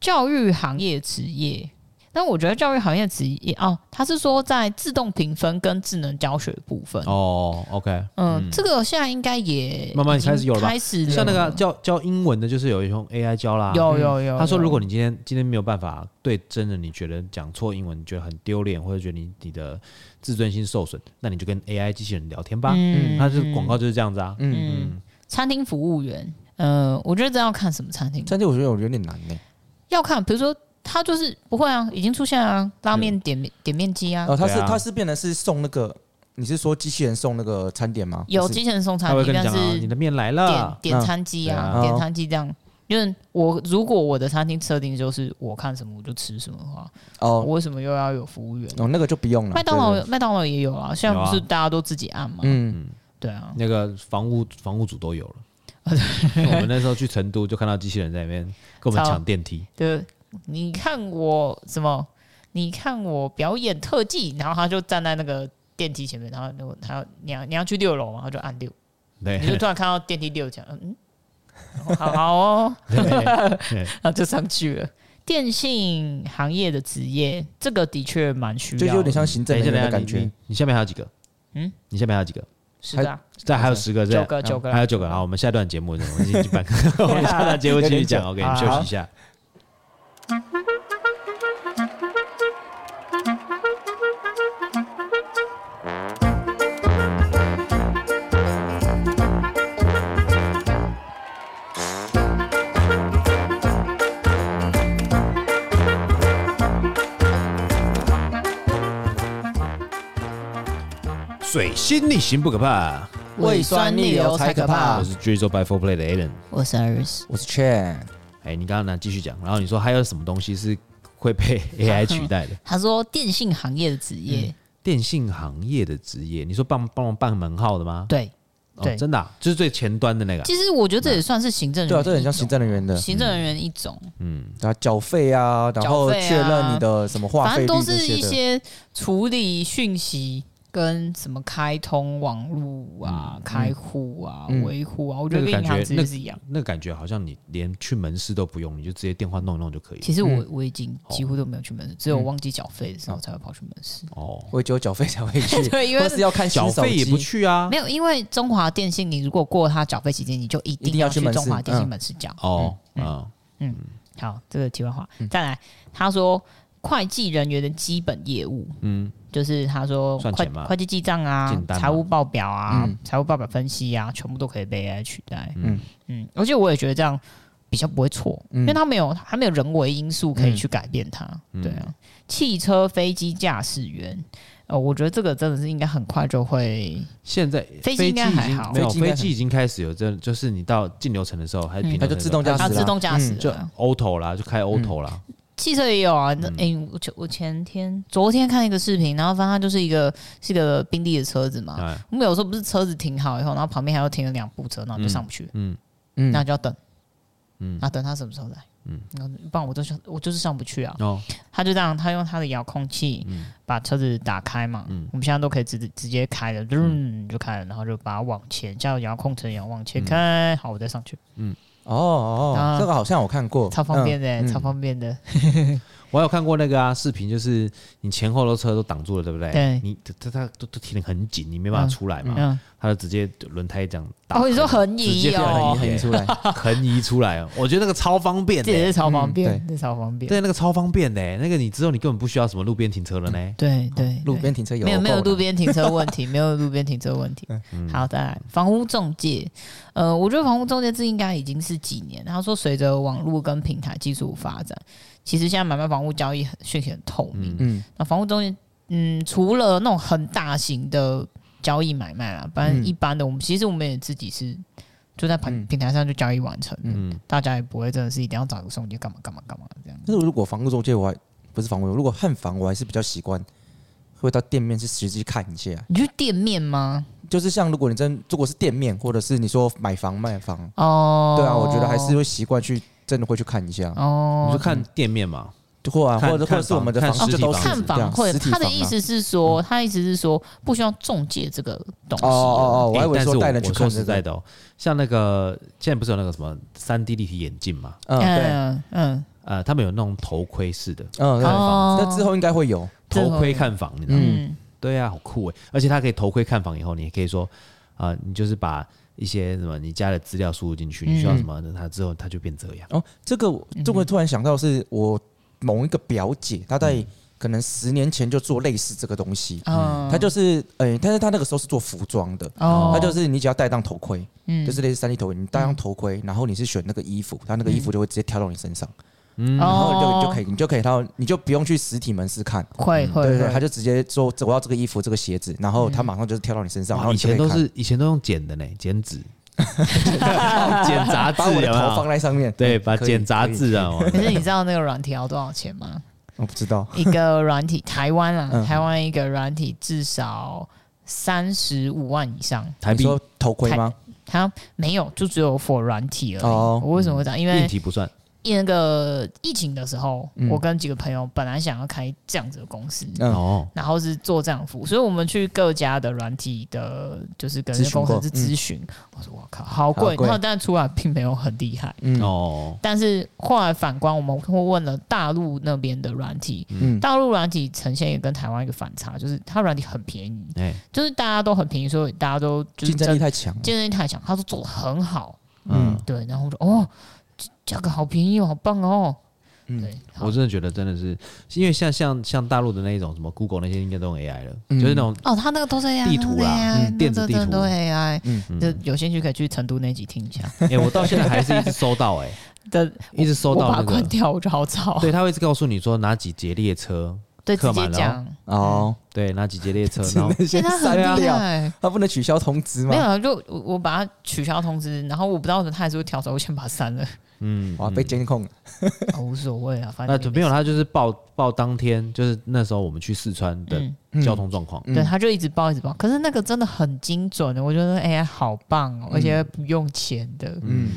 教育行业职业。但我觉得教育行业职业哦，他是说在自动评分跟智能教学部分，
哦，OK，
嗯，这个现在应该也
慢慢
已经
开始有了吧
开始了
像那个教教英文的，就是有一种 AI 教啦，
有有有，
他说：“
有
如果你今天今天没有办法对真人，你觉得讲错英文，你觉得很丢脸，或者觉得你你的自尊心受损，那你就跟 AI 机器人聊天吧。
嗯
他是广告就是这样子啊。
嗯，餐厅服务员，呃，我觉得这要看什么餐厅，
但是我觉得有有点难呢。
要看，比如说他就是不会啊，已经出现啊，拉面点面点面机啊，
哦，他是
对啊
他是变成是送那个，你是说机器人送那个餐点吗？
有
不是
之前送
他
餐
会
机，
跟你
但
讲啊，你
是
的面来
点
了。
点餐机
嗯
啊
对，啊
点餐机这样。因为我如果我的餐厅设定就是我看什么我就吃什么的话，我
哦
为什么又要有服务员？
哦，那个就不用了。
麦当
对
劳
对
麦当劳也有啊，现在
有啊
不是大家都自己按嘛
对？嗯，
对啊，
那个房屋房屋组都有了。我们那时候去成都就看到机器人在那边跟我们
操
抢电梯，
对，你看我什么？你看我表演特技，然后他就站在那个电梯前面，然后如果他要你要你要去六楼嘛，他就按六，你就
*laughs* 对
*laughs* 突然看到电梯六讲，嗯，嗯好好哦，然后就上去了。电信行业的职业，这个的确蛮需
就
嗯要的，
有点像行政
等一
人
下，等一
员的
下，
感
你
觉
你。你下面还有几个？
嗯，
你下面还有几个？
是的啊，
再还有十个，
九
这
个九个
还有九个。好，我们下段节目，我们已经办， *laughs* 我们下段节目继续讲。OK，我们
*laughs*
休息一下。水星逆行不可怕，
胃酸逆流才可怕
啊
我是追 i 白 Four Play 的 Alan。
我是 Iris，
我是 Chan，
嗯
哎，你刚刚呢继续讲，然后你说还有什么东西是会
*laughs*
被 AI 取代的？
他说电信行业的职业，
电信行业的职业，你说帮帮忙办门号的吗？
对，对
哦、真的啊、就是最前端的那个啊。
其实我觉得这也算是行政人
对啊，
员，
这很像行，政人员的，
行政人员一种，
嗯
然后缴费啊，然后
缴费啊
确认你的什么话
反
费
正
率
都
这
是一
些的。
些处理讯息跟什么开通网络啊、开户啊、
嗯
维护啊，我觉
那
得
个感
跟银行
觉
职，
那
业是一样。
那个感觉好像你连去门市都不用，你就直接电话弄一弄就可以了。
其实我
嗯
我已经几乎都没有去门市，只有忘记缴费的时候才会跑去门市。
哦，
我只有缴费才会去，
*laughs* 对，因为
或是要看洗
缴
手
费也不
机。
去啊
没。有，因为中华电信，你如果过它缴费期间，你就一
一
定
定要去
去
门市
中华电信
嗯
门市缴。
哦，嗯，
好，这个题外话，
嗯
再来，他说会计人员的基本业务，嗯，就是他说
算
会
钱吗
会计记账啊
进、单吗
财务报表啊、
嗯
财务报表分析啊，全部都可以被 AI 取代。
嗯
嗯嗯，而且我也觉得这样比较不会错，
嗯
因为他没有他没有人为因素可以去改变它。
嗯
对啊，汽车、飞机驾驶员。呃，我觉得这个真的是应该很快就会，
现在
飞机
已
应该还
经
好
没有
飞机应该
飞机已经开始有这，就是你到进流程的时候还是
嗯
平
它
流
就
程的时候
自动驾驶
它
啦
自动驾驶
嗯
就
了
auto 啦，就开 auto 啦。
汽车也有啊，
嗯
那哎、我前我前天昨天看一个视频，然后发现它就是一个是一个宾利的车子嘛，
哎
我们有时候不是车子停好以后，然后旁边还要停了两部车，然后就上不去，
嗯，
嗯
那就要等，嗯，那等他什么时候来，嗯，不然我都想我就是上不去啊。
哦，
他就这样，他用他的遥控器把车子打开嘛，我们现在都可以直直接开了，嗯，就开了，然后就把它往前，叫遥控车也往前开，好，我再上去，
哦哦，
啊
这个好像我看过，
超方便的、
嗯嗯
超方便的，
我还有看过那个啊视频，就是你前后的车都挡住了，对不对？
对
你他他都都停得很紧，你没办法出来嘛，
嗯，
他就直接轮胎这样打
哦，你说横
直接
移
变
哦
横，
很出来，
*laughs* 横移出来哦，我觉得那个超方便
这也
的，
是超方
嗯
便，这超方便。
对，那个超方便的，那个你之后你根本不需要什么路边停车了呢。
对
哦
对，
路
对
边停车有
没有没有
够
路
了嗯
边停车问
*laughs*
题，没有路边停车问题。好，再来房屋中介，呃，我觉得房屋中介这应该已经是几年。他说，随着网络跟平台技术发展，其实现在买卖房屋交易很讯息很透明。
嗯
那房屋中介，嗯，除了那种很大型的交易买卖啊啦，不然
嗯
一般的我们、其实我们也自己是就在平
嗯
平台上就交易完成，
嗯，
大家也不会真的是一定要找个中介干嘛干嘛干嘛这样。
但是如果房屋中介我还不是房屋，如果看房我还是比较习惯会到店面去实际看一下。
你去店面吗？
就是像如果你真如果是店面，或者是你说买房卖房，
哦，
对啊，我觉得还是会习惯去真的会去看一下，
哦
你就，看店面嘛，
或啊
看
或者或
看
者是我们的
房
房
看
子
实体
都
房子
是
看
这
房
样
会，
实体
他的
房
意
啊
思是说，他的意思是说，不需要中介这个东西。
哦哦哦，我还以
哎
为
但是
说
我
带人去
我说
看
实
这
在
个，
的哦，像那个现在不是有那个什么三 D 立体眼镜嘛，
嗯对，
嗯嗯，
呃，他们有那种头盔式的
嗯对，
哦
那之后应该会有，
这
头
种
盔看房，你知道吗？
嗯
对啊，好酷哎！而且它可以头盔看房以后，你也可以说啊、你就是把一些什么你家的资料输入进
嗯
去，你需要什么，那它之后它就变这样。
哦，这个我
嗯
这个突然想到是我某一个表姐，她
嗯
在可能十年前就做类似这个东西，
嗯，
哦
她就是呃，但是她那个时候是做服装的，
哦，
她就是你只要戴上头盔，
嗯
就是类似三 D 头盔，你戴上头盔，然后你是选那个衣服，它那个衣服就会直接挑到你身上，
嗯，
然后
哦
你就就可以你就可以到，你就不用去实体门市看。
哦
会会
对对，
会
他就直接说这我要这个衣服，这个鞋子，然后他马上就是跳到你身上，然
哇嗯
后
以
你就可
前都
看
是以前都用剪的呢，剪
*laughs*
纸，剪杂志
把我的
有没
头
有
放在上面，
对，
嗯
把
可以
剪杂
可以
志啊，
可是你知道那个软体要多少钱
*laughs*
吗？
我不知道，
一个软体，台湾啦，
嗯
台湾一个软体至少三十五万以上，
台
你
币
说头盔吗？
它没有，就只有 for 软体而已。
哦
我为什么会这样？因为
硬体不算，
那个疫情的时候，
嗯
我跟几个朋友本来想要开这样子的公司，
嗯
哦，
然后是做这样的服务，所以我们去各家的软体的，就是跟
咨询
工程
过
师
嗯
咨询。我说我靠，好
好
贵，
贵
然后但出来并没有很厉害。
嗯
哦，
但是后来反观，我们会问了大陆那边的软体，
嗯
大陆软体呈现一个跟台湾一个反差，就是它软体很便宜，
哎，
就是大家都很便宜，所以大家都就是
竞争力
真
太强了，
竞争力太强，他都做的很好，
嗯
嗯，
对。然后我说哦，这价格好便宜哦，好棒哦，
嗯
对，好
我真的觉得真的是，因为像像像大陆的那一种什么 Google 那些应该都用 AI 了，
嗯
就是那种
哦，他那个都是 AI
地图啦
那个 AI，
嗯电子
那
地图
真的都 AI，
嗯
就有兴趣可以去成都那集听
*laughs*
一下。
哎，我到现在还是一直收到哎，
的，
一直收
我
到
把它
那
关
个，
掉，我就好吵。
对，他会一直告诉你说哪几节列车，
对，
刻
直
满
接
了
讲，
*laughs*
哦，
对，哪几节列车，
是
然后
那些
现在
删
啊
很厉
掉，
害。
他不能取消通知
没有
吗？
啊，就我我把它取消通知，然后我不知道他还是会跳出来，我先把它删了， *laughs*
嗯，
哇，
嗯
被监控了，
哦无所谓啊，反
那
正
就
也
没有，他就是报报当天，就是那时候我们去四川的
嗯，
交通状况，
嗯
对，他就一直报一直报，可是那个真的很精准的，我觉得 AI 好棒
嗯
哦，而且不用钱的，
嗯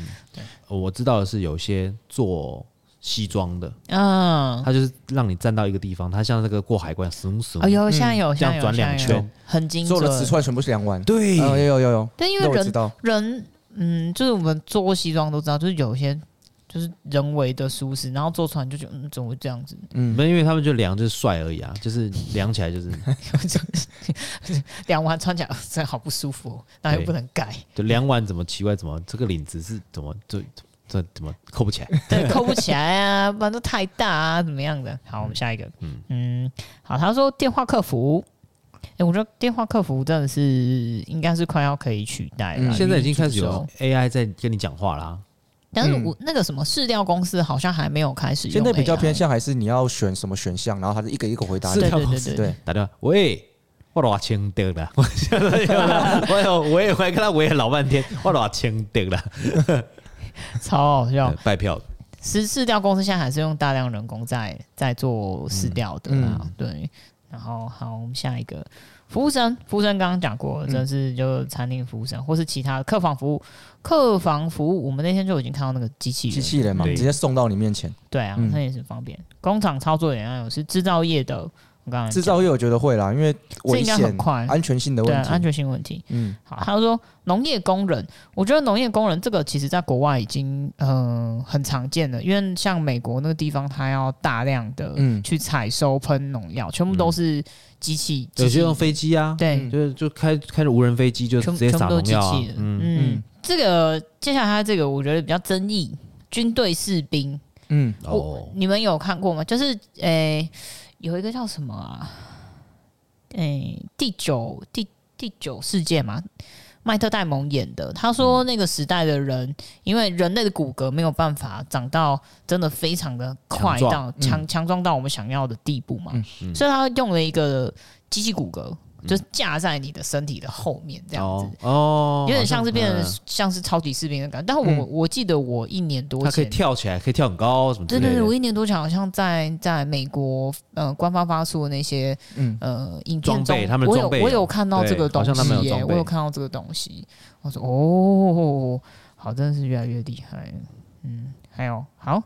我知道的是有一些做西装的，
嗯，
他就是让你站到一个地方，他像那个过海关，怂怂
哦，有现在有，
嗯这
现
样
在有，
转
现在
两
有
圈，
很精
所有的
准
瓷。串全部是两万，
对
嗯，有有有有，
嗯对，因
那
为
我知
人
道，
人，嗯，就是我们做过西装都知道，就是有些就是人为的舒适，然后做出来你就觉得，嗯，怎么会这样子？
嗯，
没有因为他们就量就是帅而已啊，就是量起来就是
两完穿起来呃 *laughs* 真的好不舒服、哦，那又
对
不能改，
就量完怎么奇怪，怎么这个领子是怎么就这怎么扣不起来？
对，扣不起来啊，不然都太大啊，怎么样的？好，我们下一个，嗯好，他说电话客服。哎、我觉得电话客服真的是应该是快要可以取代了、
嗯
现在已经开始
因为
有
助手，
AI 在跟你讲话啦，
但是
嗯
我、那个什么市调公司好像还没有开始用
现在比较
AI
偏向还是你要选什么选项，然后他是一个一个回答
是
你，
对
调
对
公
对
司
对
对，
打电话喂。我多少钱得了？ *laughs* 我现在有了，我有我也回来跟他围了老半天，我多少钱得了？
超好笑。
拜票的
市市调公司现在还是用大量人工在在做市调的啦，
嗯
对。然后好，我们下一个服务生，服务生刚刚讲
嗯
过，真的是就餐厅服务生或是其他客房服务，客房服务我们那天就已经看到那个机器人，
机器人嘛，
对
直接送到你面前，
对啊，
嗯
那也是方便。工厂操作也要有，是制造业的我刚才
制
讲
造业我觉得会啦，因为
这
危
应该
险
很、快
安全性的
对
问
啊
题。
安全性问题。
嗯，
好，他说农业工人，我觉得农业工人这个其实在国外已经嗯、呃很常见了，因为像美国那个地方，它要大量的
嗯
去采收喷农药，全部都是机器，
嗯有
机器
些用飞机啊，
对，
嗯
就是就开开着无人飞机就
全
直
全
接
部
撒
都
农
是机
药啊
器人。，
嗯，
嗯
嗯，
这个接下来他这个我觉得比较争议，军队士兵，
嗯，
哦，
你们有看过吗？就是诶、有一个叫什么啊？诶、第九第第九世界嘛，麦特戴蒙演的。他说那个时代的人，因为人类的骨骼没有办法长到真的非常的
强
快
壮
到
嗯
强强壮到我们想要的地步嘛，
嗯
所以他用了一个机器骨骼，就是架在你的身体的后面这样子。
哦哦，
有点
好
像是变
嗯
成像是超级士兵的感觉，但我、
嗯
我记得我一年多
它可以
前
跳起来，可以跳很高什么之
对
类
对
的。
对，我一年多前好像在在美国，呃，官方发出的那些
嗯，
呃影片
装
中
备，他们
我有
装备
我
有
有看到这
对
个东
好像他们有
西耶，
装
我
备
有看到这个东西，我说哦，好，真的是越来越厉害，嗯，还有好，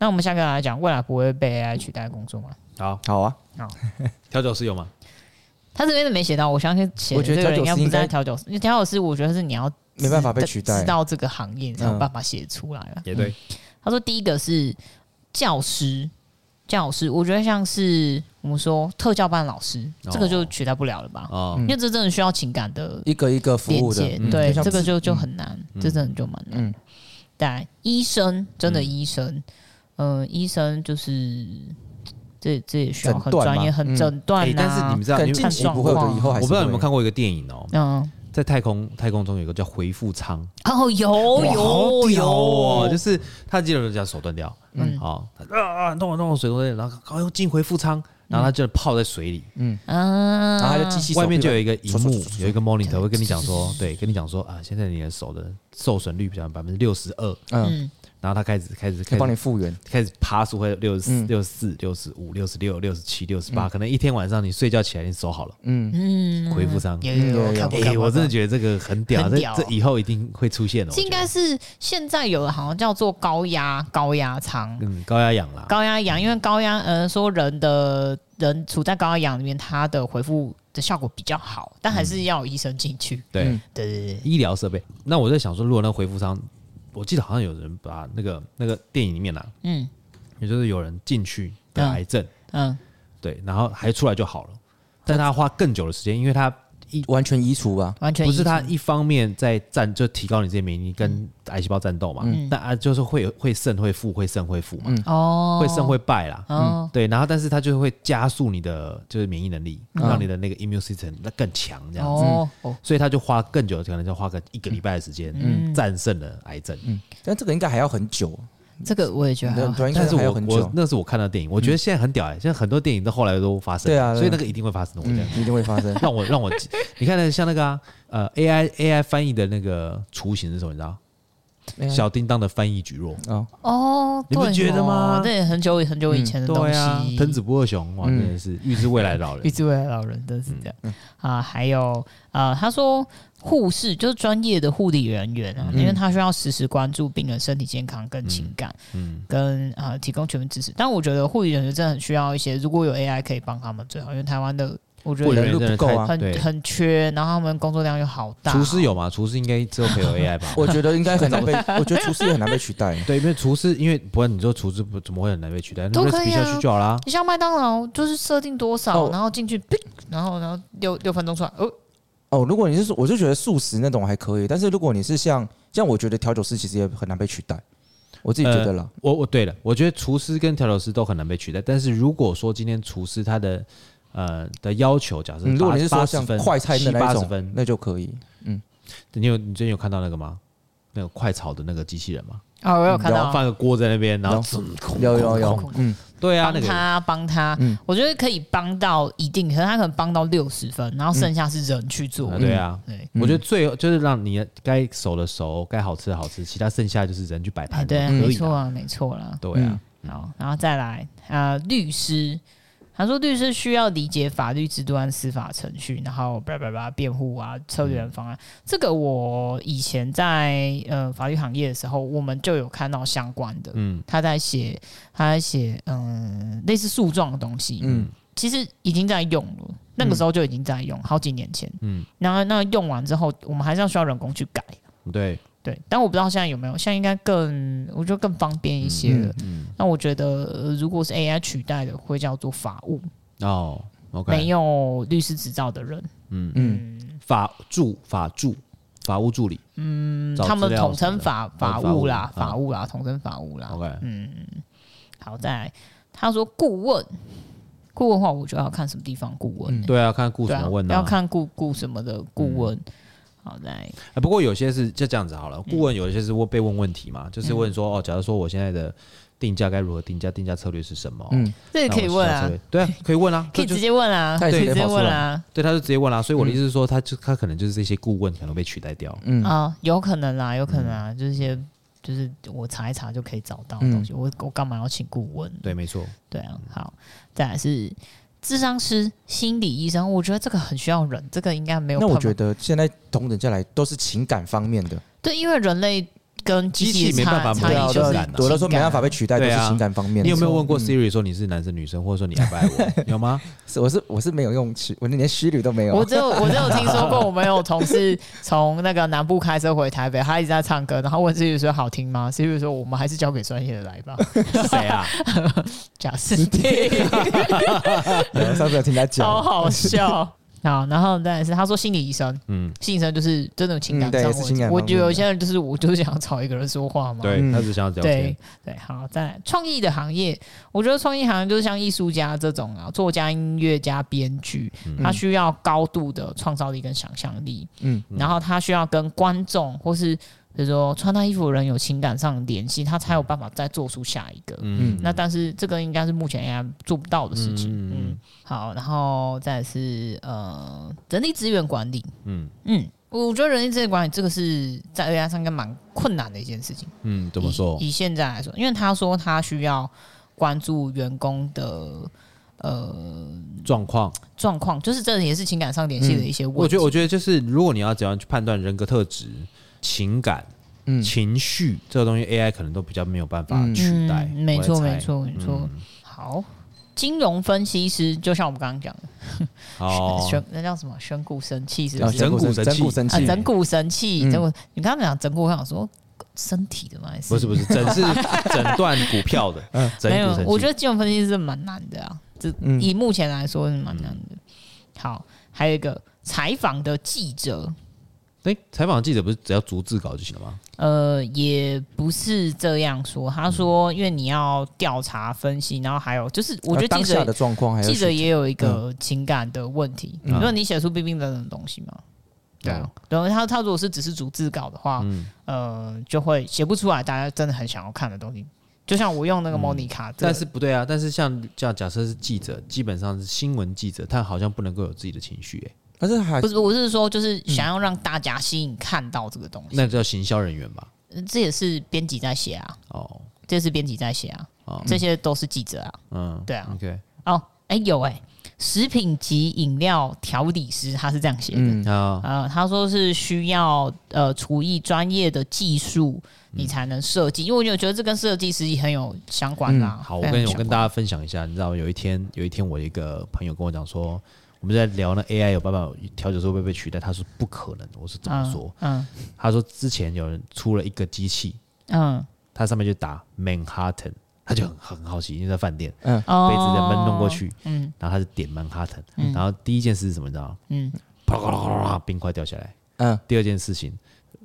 那我们下个来讲，未来不会被 AI 取代的工作吗？
好，
好啊，
调酒师有吗？
他这边都没写到，我相信写
我
的
觉得
这个人
调酒师
应该不是
应该
在调酒师，因为调酒师我觉得是你要
没办法被
知
取代
知。道这个行业你才有
嗯
办法写出来啊了。
也对，
他说第一个是教师，教师，我觉得像是我们说特教班老师，
哦
这个就取代不了了吧？
哦
嗯，
因为这真的需要情感的
一个一个服
连
务的
接，，
嗯
对，
就像
这个
自
就就
嗯
很难，
嗯
这真的就蛮难。
嗯
但医生真的
嗯
医生，嗯、医生就是这这也需要
诊
很
断
专业，
嘛
很
嗯
诊断啊
哎
呐。
但是你们知道，
可能
你
近
们
期不会，我觉得以后还
我不
是
知道
会
你有没有看过一个电影哦，
嗯，
在太空太空中有一个叫回复舱，
哦，有
哇好
有
屌哦，就
有，
是他肌肉这样手断掉，
嗯
好啊啊弄啊弄啊水中间，然后赶快进回复舱，然后他就泡在水里，
嗯，
啊，
然后它就机器手
外面
臂
就
了
有一个荧
唰唰
幕
唰唰，唰
有一个 monitor 会跟你讲说，对，跟你讲说啊，现在你的手的受损率比较百分之六十二，
嗯，
嗯，
然后他开始开始
可
开
以帮你
始
复原。
开始爬速会六十四、
嗯
六十四、六十五、六十六、六十七、六十八，可能一天晚上你睡觉起来你手好了，
嗯，
嗯，
回复上
有有有
有有
看过，
哎、
看过
我真的
看过
觉得这个很屌，
很
这
屌
这以后一定会出现的，
这应该
我觉
是现在有的，好像叫做高压高压舱
得。嗯高压氧啦，
高压氧，因为高压，呃，说人的人处在高压氧里面，它的回复的效果比较好，但还是要有医生进去。
对、
嗯
对对对，
医疗设备。那我在想说，如果那个回复商，我记得好像有人把那个那个电影里面啊，
嗯
也就是有人进去得癌症，
嗯，
对，然后还出来就好了，但他花更久的时间，因为他
完全移除吧。
完全
不是他
医生
一方面在战，就提高你这些免疫力
嗯
跟癌细胞战斗嘛，但啊就是会有会肾会复会肾会复嘛，
哦，
会肾会败啦。
哦，
对，然后但是它就会加速你的就是免疫能力，让你的那个 immune system 那更强这样子。
嗯
嗯
哦哦，
所以他就花更久，可能就花个一个礼拜的时间，
嗯
战胜了癌症。
但这个应该还要很久，
这个我也觉得还
很
好
多应该
但是
还要
我
很
我
久。嗯
那是我看到的电影，我觉得现在很屌哎、现在很多电影都后来都发生，
对啊对啊
所以那个一定会发生的，我觉得。。
嗯，一定会发生 *laughs*
让我让我， *laughs* 你看那像那个啊，呃，AI AI 翻译的那个雏形是什么？你知道？小叮当的翻译蒟蒻，
哦，
哦，
你不
对
觉得
哦
吗
这也很久很久以前的东
对啊
西，，
藤子不二雄，哇，
嗯
真的是预知未来的老
预
人。
知未来老人真是这样
嗯
啊。还有啊，他说护士就是专业的护理人员啊，因为他需要时时关注病人身体健康跟情感，
嗯，
跟啊提供全面支持。但我觉得护理人员真的很需要一些，如果有 AI 可以帮他们最好，因为台湾的我觉
过
得
人
人
真
力
的
不够啊
太
很
对，
很缺，然后他们工作量又好大。
厨师有吗？厨师应该之后可以有 AI 吧？
我觉得应该很难 *laughs* 被，我觉得厨师也很难被取 *laughs* 代。
对，因为厨师，因为不然你说厨师不怎么会很难被取代？那
都可以啊
recipe 下去就好啦。
你像麦当劳，就是设定多少，
哦
然后进去，哔然后然后六六分钟出来，
嗯
哦，
哦，如果你是说，我就觉得素食那种还可以，但是如果你是像像我觉得调酒师其实也很难被取代，我自己觉得啦。
我我对了，我觉得厨师跟调酒师都很难被取代。但是如果说今天厨师他的呃的要求，假设
嗯，如果你是
八
说
十
像
分、
快餐的那
八
一
十
种
分，，
那就可以。
你有你最近有看到那个吗？那个快炒的那个机器人吗？
啊，我有看
然
到
后，放个锅在那边，然后
有
噌空
有有
空空
有，嗯，
对啊，那
帮
个
他帮他
嗯，
我觉得可以帮到一定，可能他可能帮到六十分，然后剩下是人去做嗯
啊。对啊，
对，
嗯
我觉得最就是让你该熟的熟，该好吃的好吃，其他剩下就是人去摆
哎
盘，
对啊，
可以
没
的
错，啊，没错啦。
对啊，
好，然后再来，呃，律师，他说律师需要理解法律制度和司法程序，然后叭叭叭辩护啊、策略方案，这个我以前在呃法律行业的时候，我们就有看到相关的，
嗯
呃他在写他在写嗯类似诉状的东西，嗯
嗯，
其实已经在用了，那个时候就已经在用，好几年前。
嗯
嗯，然后那用完之后，我们还是要需要人工去改。
嗯对，
对，但我不知道现在有没有，现在应该更，我觉得更方便一些
嗯
了。那我觉得，呃如果是 AI 取代的，会叫做法务，
哦，OK，
没有律师执照的人，
嗯，
法助法助法务助理，嗯，
他们统称法
法
法
务
务啦，
啊哦
法务啦，统称法务啦。
OK，
好，再来，他说顾问，顾问的话，我觉得要看什么地方顾问、欸
对啊，嗯看雇主怎
对啊
么问，呢？
要看顾顾什么的顾问。好，再来，
啊，不过有些是就这样子好了，顾问有一些是问被问问题嘛，就是问说哦，假如说我现在的定价该如何定价，定价策略是什么？
嗯
那
这个
我
可以问
需要策
啊，
略，对啊，可以问
*laughs*
啊，
可以
这就
直接问啊，
他
可
也
以
是
直
可
接
以跑出
问
来
啊，
对，他就直接问啦、所以我的意思是说，他就他可能就是这些顾问可能被取代掉。
嗯
啊，有可能啦，有可能啊，就是一些就是我查一查就可以找
嗯
到的东西，我我干嘛要请顾问？
对，没错，
对啊，好，再来是智商师、心理医生，我觉得这个很需要人，这个应该没有
那
办法。
我觉得现在同等下来都是情感方面的，
对，因为人类跟机
机器没
的差
办法
差
对
啊
啊
异就
对
是
啊
情
懒
感
啊
有的时候没办法被取代，都
对
是
啊
情感方面的。
你有没有问过
嗯
Siri 说你是男生女生，或者说你爱不爱我？ *laughs* 有吗？
是我是我是没有用虚，我连虚拟都没有。 *laughs*
我只有我只有听说过，我们有同事从那个南部开车回台北，他一直在唱歌，然后问 Siri 说好听吗？Siri 说我们还是交给专业的来吧，
谁啊？
贾
*laughs*
斯汀。
对上次有听他
超
讲，
好笑。好，然后再来是他说心理医生，
嗯，
心理医生就是真的情
嗯
感
对
上
是
问
情
题。
感
我
方
觉得
面
有
的
些人就是我就是想找一个人说话嘛。
对
嗯
他只想要聊天
对。对好，再来创意的行业，我觉得创意行业就是像艺术家这种啊，作家、音乐家、编剧，
嗯
他需要高度的创造力跟想象力，
嗯，
然后他需要跟观众或是比如说穿他衣服的人有情感上的联系，他才有办法再做出下一个。
嗯，
那但是这个应该是目前 AI 做不到的事情。
嗯
嗯，
嗯嗯
好，然后再来是呃人力资源管理。
嗯
嗯嗯，我觉得人力资源管理这个是在 AI 上应该蛮困难的一件事情。
嗯，怎么说？
以？以现在来说，因为他说他需要关注员工的呃
状况？
状况，就是这也是情感上联系的一些问题。
我觉得，我觉得就是，如果你要怎样去判断人格特质、情感、
嗯
情绪这个东西，AI 可能都比较没有办法
嗯
取代。
嗯没错
我在猜
没错没错
嗯
好。金融分析师，就像我们刚刚讲的， *laughs*
好，
选那叫什么？选股神器是
啊
不是？
整蛊神
神
器
整蛊神
啊，
器，
整骨神器，
嗯
整骨。你刚刚讲整骨，我想说身体的吗？还是
不是不是，整
*laughs*
是诊断股票的，整
没有
股神，器。
我觉得金融分析是蛮难的啊，这
嗯
以目前来说是蛮难的。好，还有一个采访的记者，
哎，采访记者不是只要逐字稿就行了吗？
呃，也不是这样说。他说，因为你要调查分析，然后还有就是，我觉得
啊当
记
下
者
的状况还有嗯
记者也有一个情感的问题，
嗯
因为你写出冰冰冷冷的东西
嗯
嘛。对啊，然后他他如果是只是逐字稿的话，
嗯
呃，就会写不出来大家真的很想要看的东西。就像我用那个
嗯
Monica，、
但是不对啊，但是像像假设是记者，基本上是新闻记者，他好像不能够有自己的情绪、欸，
但是还
不是我是说，就是想要让大家吸引看到这个东西，
那叫行销人员吧？
呃这也是编辑在写啊，
哦，
这也是编辑在写啊，
哦
这些都是记者啊，
嗯，
对啊，
，OK，
哦，哎、有哎、食品及饮料调理师他是这样写的。
嗯
那
呃，他说是需要呃厨艺专业的技术，
嗯
你才能设计，因为我觉得这跟设计师很有相关啦、
嗯好，我
非常
跟
有
我跟
相
大
关
家分享一下，你知道有一天有一天我一个朋友跟我讲说，我们在聊那 AI 有办法调酒师会不会被取代，他说不可能，我说怎么说？
嗯
他说之前有人出了一个机器，
嗯
它上面就打 Manhattan，他就很很好奇，因为在饭店
哦
杯子在闷弄过，去，
嗯
然后他就点曼哈顿，然后第一件事是什么？你知道吗？
嗯，
啪啦啪啦啪啦啪啦，冰块掉下来。
嗯
第二件事情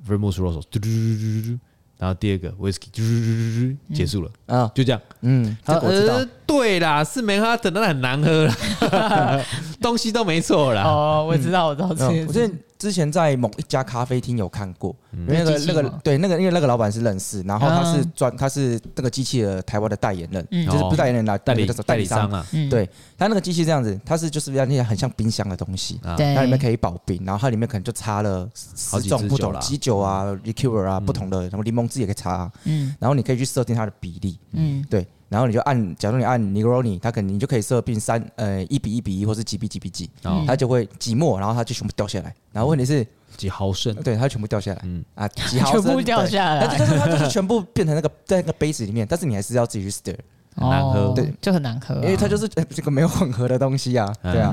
，vermouth rose，嘟嘟嘟嘟嘟嘟，然后第二个 whisky，嘟嘟嘟嘟嘟，结束了，
啊
就这样。
嗯，这个我知道
呃，对啦，是曼哈顿，那很难喝啦，
*laughs*
东西都没错啦。
哦，我知道，我知道这
嗯。
件
我
事
之前嗯之前在某一家咖啡厅有看过，因为那
有
个
机器
那个
吗
对那个因为那个老板是认识，然后他是
嗯
专他是那个机器的台湾的代言人，
嗯
就是不是哦代言人啦，
代
那
理
个叫什么
代
代
理
理
商
商。
啊，
嗯
对他那个机器这样子，它是就是那些很像冰箱的东西，
啊
对，
那里面可以保冰，然后它里面可能就插了
好
十
几
种
支
不
酒
同
啦
基酒啊、liqueur 啊，不同的什么柠檬汁也可以插啊，
嗯
然后你可以去设定它的比例，
嗯
对，然后你就按，假如你按 Negroni，它可能你就可以设定三呃一比一比一或是几比几比几，
哦
它就会几沫，然后它就全部掉下来。然后问题是，
几毫升，
对，它全部掉下来，
嗯
啊，几毫
*laughs* 全
升
部掉下来
对但是但是它就是全部变成那个在那个杯子里面，但是你还是要自己去 stir。
很难喝
哦
对，
就很难喝啊、
因为它就是 *laughs* 呃这个没有混合的东西啊，
嗯
对啊。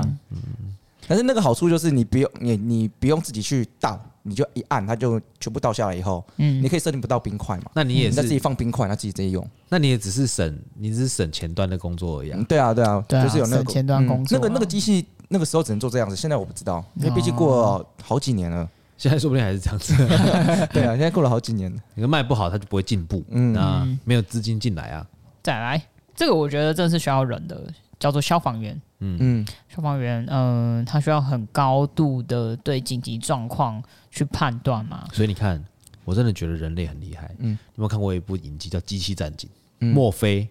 但是那个好处就是你不用你你不用自己去倒，你就一按它就全部倒下来以后，
嗯
你可以设定不到冰块嘛，
那你也
你再自己
是，
放冰块，它自己直接用。
那你也只是省，你只是省前端的工作而已啊
嗯，。对啊，对啊，
对啊
就是有那个
省前端工作啊哦
那个那个机器那个时候只能做这样子，现在我不知道，因为毕竟过了好几年了。
现在说不定还是这样
*laughs*
子，
对啊，现在过了好几年了。
你卖不好，它就不会进步，
嗯
那没有资金进来啊。
再来，这个我觉得真的是需要人的，叫做消防员。
嗯，
消防员，嗯、他需要很高度的对紧急状况去判断嘛。
所以你看，我真的觉得人类很厉害。嗯，
嗯
有没有看过一部影集叫《机器战警》？墨菲，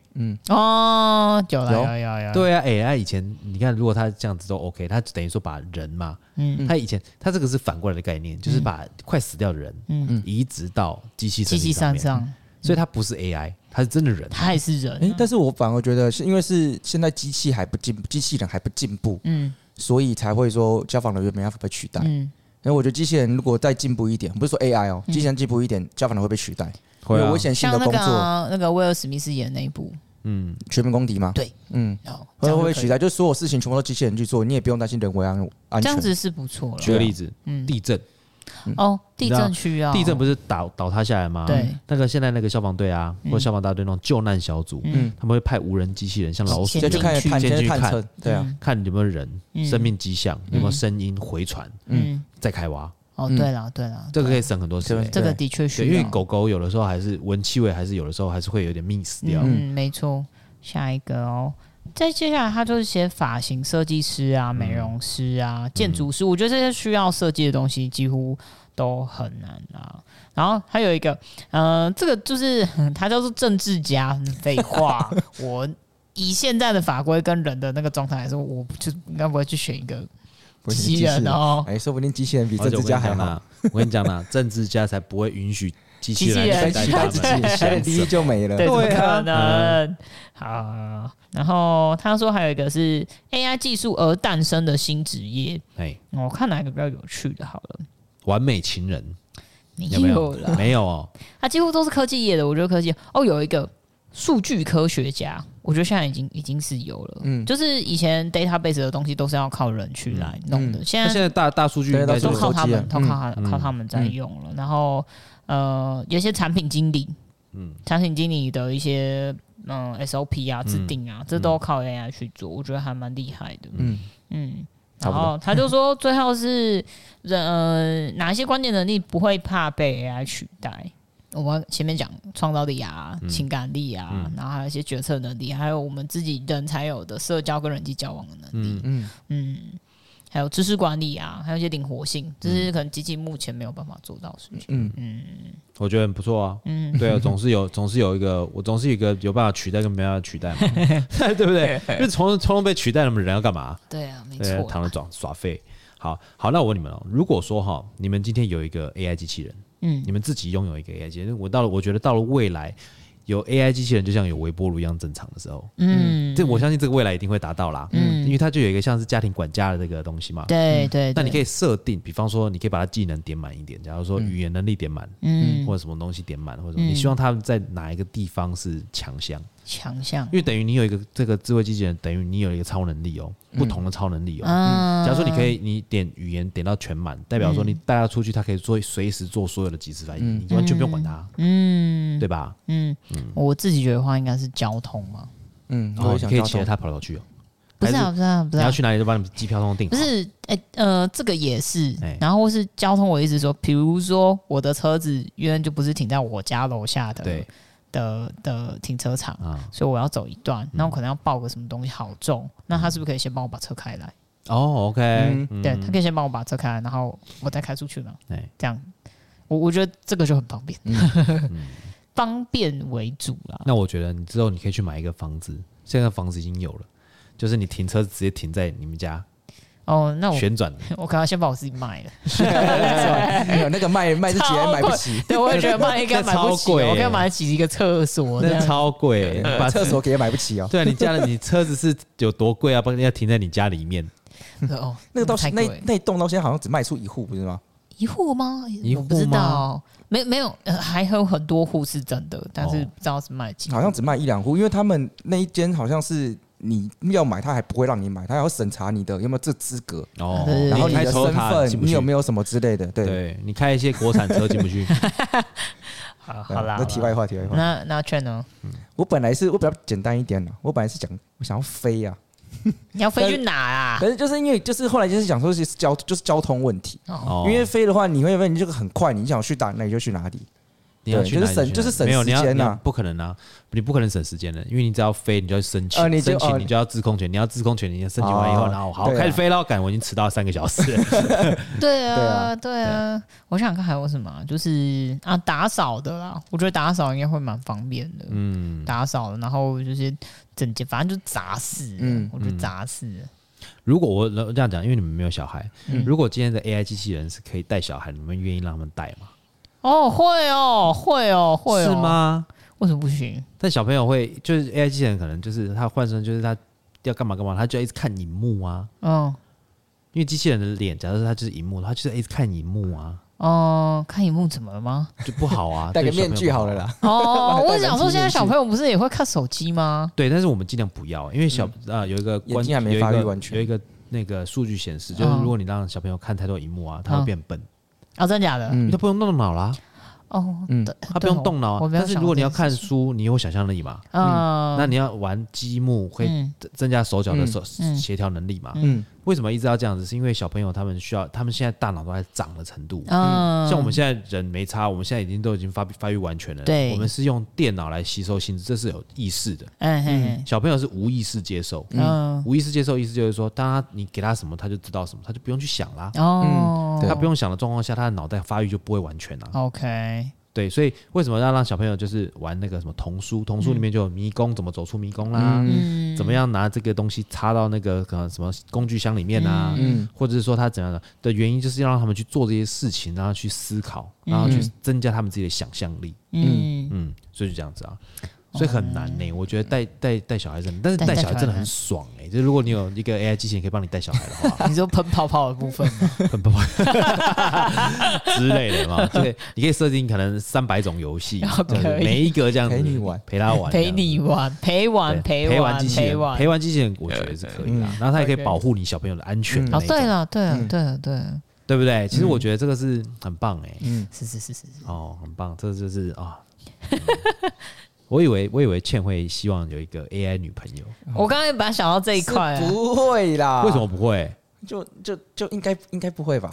哦，有了，
嗯有
有有有有，
对啊，哎、他以前你看，如果他这样子都 OK，他等于说把人嘛，
嗯
他以前他这个是反过来的概念，就是把快死掉的人，嗯，移植到机器
七
身体
七
上
三
面，
上，
所以他不是 AI，他是真的人。
他也是人、啊
哎、但是我反而觉得是因为是现在机器还不进，机器人还不进步，
嗯
所以才会说消防人员没办法被取代。
嗯，
因为我觉得机器人如果再进步一点，不是说 AI 哦，机器人进步一点，消防人会啊被取代，因为危险性
嗯
的
像那
工
个
作、
啊、那个威尔史密斯演那一部，
嗯，
全民公敌嘛。
对，
嗯，
哦，这
会
样
会
就
被
可以
取代，就是所有事情全部都机器人去做，你也不用担心人为安安
这样
全。
子是不错
举
了。
个例子，
嗯，
地震，
哦，地
你知道
震需要
地震不是倒倒塌下来吗？
对，
那个现在那个消防队啊，或消防大队那种救难小组，
嗯
他们会派无人机器人，像老鼠
先
再去看
进去
探
先
先
去
去探
看
测，对啊，
看有没有人、
嗯
生命迹象，有没有声音回传，
嗯，
再开挖，
哦，
嗯
对了对了，
这个可以省很多时
这个
间。
这
对
个的确
对，
需
因
要，
为狗狗有的时候还是闻气味，还是有的时候还是会有点 miss 掉。
嗯，没错。下一个哦，再接下来他就是写发型设计师
嗯
啊、美容师啊、建筑师，我觉得这些需要设计的东西几乎都很难啊。然后还有一个，呃，这个就是 *laughs* 哼他叫做政治家，废话，
*laughs*
我。以现在的法规跟人的那个状态来说，我就应该不会去选一个
不是机
机
器
人哦。
哎，说不定机器人比
而
政
且
治
我跟
家
你
还
讲
好，
啦，我跟你讲啦，政治家才不会允许机器人
机器
来
人
取代他
他
们
自
取
己 *laughs*
代
想
他的
什
利益
么
就没了。
对，怎么
对啊
可能？好，然后他说还有一个是 AI 技术而诞生的新职业，
哎，
我看哪一个比较有趣的好了。
完美情人
没
有没
有
有
啦，？ *laughs*
没有哦，
他几乎都是科技业的。我觉得科技哦，有一个数据科学家，我觉得现在已经已经是有了。嗯，
嗯
就是以前 database 的东西都是要靠人去来弄的，现
那
在
现在大大数据应该
对
就
都
大数
是
据
靠他们，
手机
都
啊
靠他、
嗯
靠他们在用了。然后呃，有一些产品经理，嗯，产品经理的一些嗯、SOP 啊、制定啊，这都靠 AI 去做，我觉得还蛮厉害的。嗯
嗯
嗯。
差
然
不多
后他就说，最后是人呃哪一些关键能力不会怕被 AI 取代？我们前面讲创造力啊、情感力啊，然后还有一些决策能力，还有我们自己人才有的社交跟人际交往的能力。
嗯，
嗯，还有知识管理啊，还有一些灵活性，这是可能机器目前没有办法做到的事情。
我觉得很不错啊。
嗯
对啊，总是有总是有一个，我总是有一个有办法取代跟没办法取
*laughs*
代嘛，对不对？因为从从容被取代了，我们人要干嘛？
对啊，没
对，躺着耍耍废。好好，那我问你们哦，如果说哈，你们今天有一个 AI 机器人，
嗯
你们自己拥有一个 AI 机器人，我到了，我觉得到了未来，有 AI 机器人就像有微波炉一样正常的时候，
嗯，
这我相信这个未来一定会达到啦，
嗯
嗯，因为它就有一个像是家庭管家的这个东西嘛。
对对，
那你可
以，
以设定，比方说，你可以把它技能点满一点，假如说语言能力点满，
嗯，
或者什么东西点满，或者什么，你
嗯
希望他们在哪一个地方是强项？
强项
因为等于你有一个这个智慧机器人，等于你有一个超能力哦，
嗯
不同的超能力哦。
啊
假如说你可以，你点语言点到全满，代表
嗯
说你带他出去，他可以做随时做所有的即时反应，你完全不用管他，
嗯，
对吧？
嗯，我自己觉得话应该是交通嘛，
嗯，
然后
我
哦
也
你
想
可以
交
骑
通
着它跑来跑去哦。
不是
还
啊，不是啊，不
你
是
要
啊。
去哪里就把你机票通通订好
不。是，哎、呃，这个也是
哎，
然后或是交通，我一直说，比如说我的车子原本就不是停在我家楼下的
对
的的停车场，
啊，
所以我要走一段，那我可能要抱个什么东西好重，那他是不是可以先帮我把车开来？
哦，OK，
嗯
嗯
对，他可以先帮我把车开来，然后我再开出去嘛。
哎嗯
这样，我我觉得这个就很方便， *laughs* 方便为主啦。
那我觉得你之后你可以去买一个房子，现在房子已经有了，就是你停车直接停在你们家
哦，那我
旋转的，
*laughs* 我可能要先把我自己卖了，
*laughs* 没有那个卖卖自己还买不起，
对，我也觉得卖应该买
*laughs*
不起，哦
那超贵
我可以买得起一个厕所这
那
样。
超
*laughs*
贵，把
厕所给也买不起哦。
*laughs* 对啊，你家的你车子是有多贵啊？不然要停在你家里面，
哦，
那个到
太
那
贵了
那一栋到现在好像只卖出一户，不是吗？
一户吗？
一户
我不知
吗
道，没没有，呃还有很多户是真的，但是
哦
不知道是卖几户。
好像只卖一两户，因为他们那一间好像是你要买，他还不会让你买，他还要审查你的有没有这资格，
哦
对对对，
然后
你
你
开
的
头
身
塔进
份，
不
你
去
有没有什么之类的。对，
对你开一些国产车进不
*laughs*
去，
好，
对
好啦，
嗯那题
好啦
外话，题外话。
那那券呢？
我本来是我比较简单一点的，我本来是讲我想要飞啊，
你要飞
但
去哪啊？
可是就是因为就是后来就是想说是交就是交通问题，
哦，
哦，
因为飞的话你会问你这个很快，你想去哪里就去哪里。
你要
对
去
就是
哪里
省
去
就是
哪里没
省
有
时
你要
间
你要
啊
不可能啊，你不可能省时间的，因为你只要飞，你就要申请，
呃你就
申请
哦
你就要自控权，你要自控权，你申请完以后，
哦啊
然后好
对啊
开始飞喽，赶，我已经迟到三个小时了，
对
对
啊，
啊
对啊，我想想看还有什么啊，就是啊打扫的啦，我觉得打扫应该会蛮方便的，
嗯，
打扫，然后就是整洁，反正就杂事，嗯
嗯，
我觉得杂事，
*laughs* 如果我这样讲，因为你们没有小孩，
嗯
如果今天的 AI 机器人是可以带小孩，你们愿意让他们带吗？
哦，会哦，会哦，会哦，
是？吗？
为什么不行？
但小朋友会就是 AI 机器人，可能就是他换身，就是他要干嘛干嘛，他就要一直看荧幕啊。
嗯。
因为机器人的脸，假如说他就是荧幕，他就是一直看荧幕啊，
哦，看荧幕怎么了吗？
就不好
*laughs*
啊。
戴
对
个
小朋友
面具
不
好了。啦，
哦，我想说，现在
戴
小朋友不是也会看手机吗？
对，但是我们尽量不要，因为
嗯
小啊有一个
眼
观
睛还没
有一
发育
个
完全
有一个那个数据显示，就是
嗯
如果你让小朋友看太多荧幕啊，他
嗯
会变笨，
啊，真假的？
因为
嗯
他不用动脑啦，
哦，
嗯
对哦
他不用动脑
我
啊。
没
但
有
是
想
如果
到
你要
这件
看
事
书，你有想象力嘛？
嗯，
那你要玩积木会
嗯
增增加手脚的
嗯
手
嗯
协调能力嘛？
嗯，
为什么一直要这样子？是因为小朋友他们需要，他们现在大脑都在长的程度。
嗯，
像我们现在人没差，我们现在已经都已经发发育完全了。
对
我们是用电脑来吸收信息，这是有意识的。
哎嘿嘿，
小朋友是无意识接受，
嗯，
无意识接受意思就是说，当他你给他什么，他就知道什么，他就不用去想啦。
哦，
对
他不用想的状况下，他的脑袋发育就不会完全
嗯
啊。
OK，
对，所以为什么要让小朋友就是玩那个什么童书？童书里面就有迷宫，怎么走出迷宫啦，
嗯，
怎么样拿这个东西插到那个可能什么工具箱里面啊，
嗯
或者是说他怎样的的原因，就是要让他们去做这些事情，让他去思考，然后去增加他们自己的想象力。
嗯，哦
嗯，所以就这样子啊，所以很难呢、我觉得带带带小孩子很，但是
带
带小
带小
孩
孩嗯
真的
很
很爽哎、就是如果你有一个 AI 机器人可以帮你带小孩的话，
*laughs* 你说喷泡泡的部分吗？
很棒 *laughs* 之类的
*laughs*
嘛。对，你可以设定可能三百种游戏
OK，
这样子每一个这样子
陪你玩
陪他玩，
陪你玩，陪玩，
玩，对
陪
陪
玩，
机器
陪
人，
玩
陪。玩机器人，我觉得是可以的啊。然后它也可以保护你小朋友的安全的
嗯
那
哦，
种，
对嗯了，对了，
嗯
对了，对了，
对不对？其实我觉得这个是很棒哎、
嗯
是是是是是，
哦，很棒，这就是啊。 *laughs* 我以为我以为倩会希望有一个 AI 女朋友，
我刚刚也本来想到
哎
这一块啊
是，不会啦，
为什么不会？
就就就应该应该不会吧？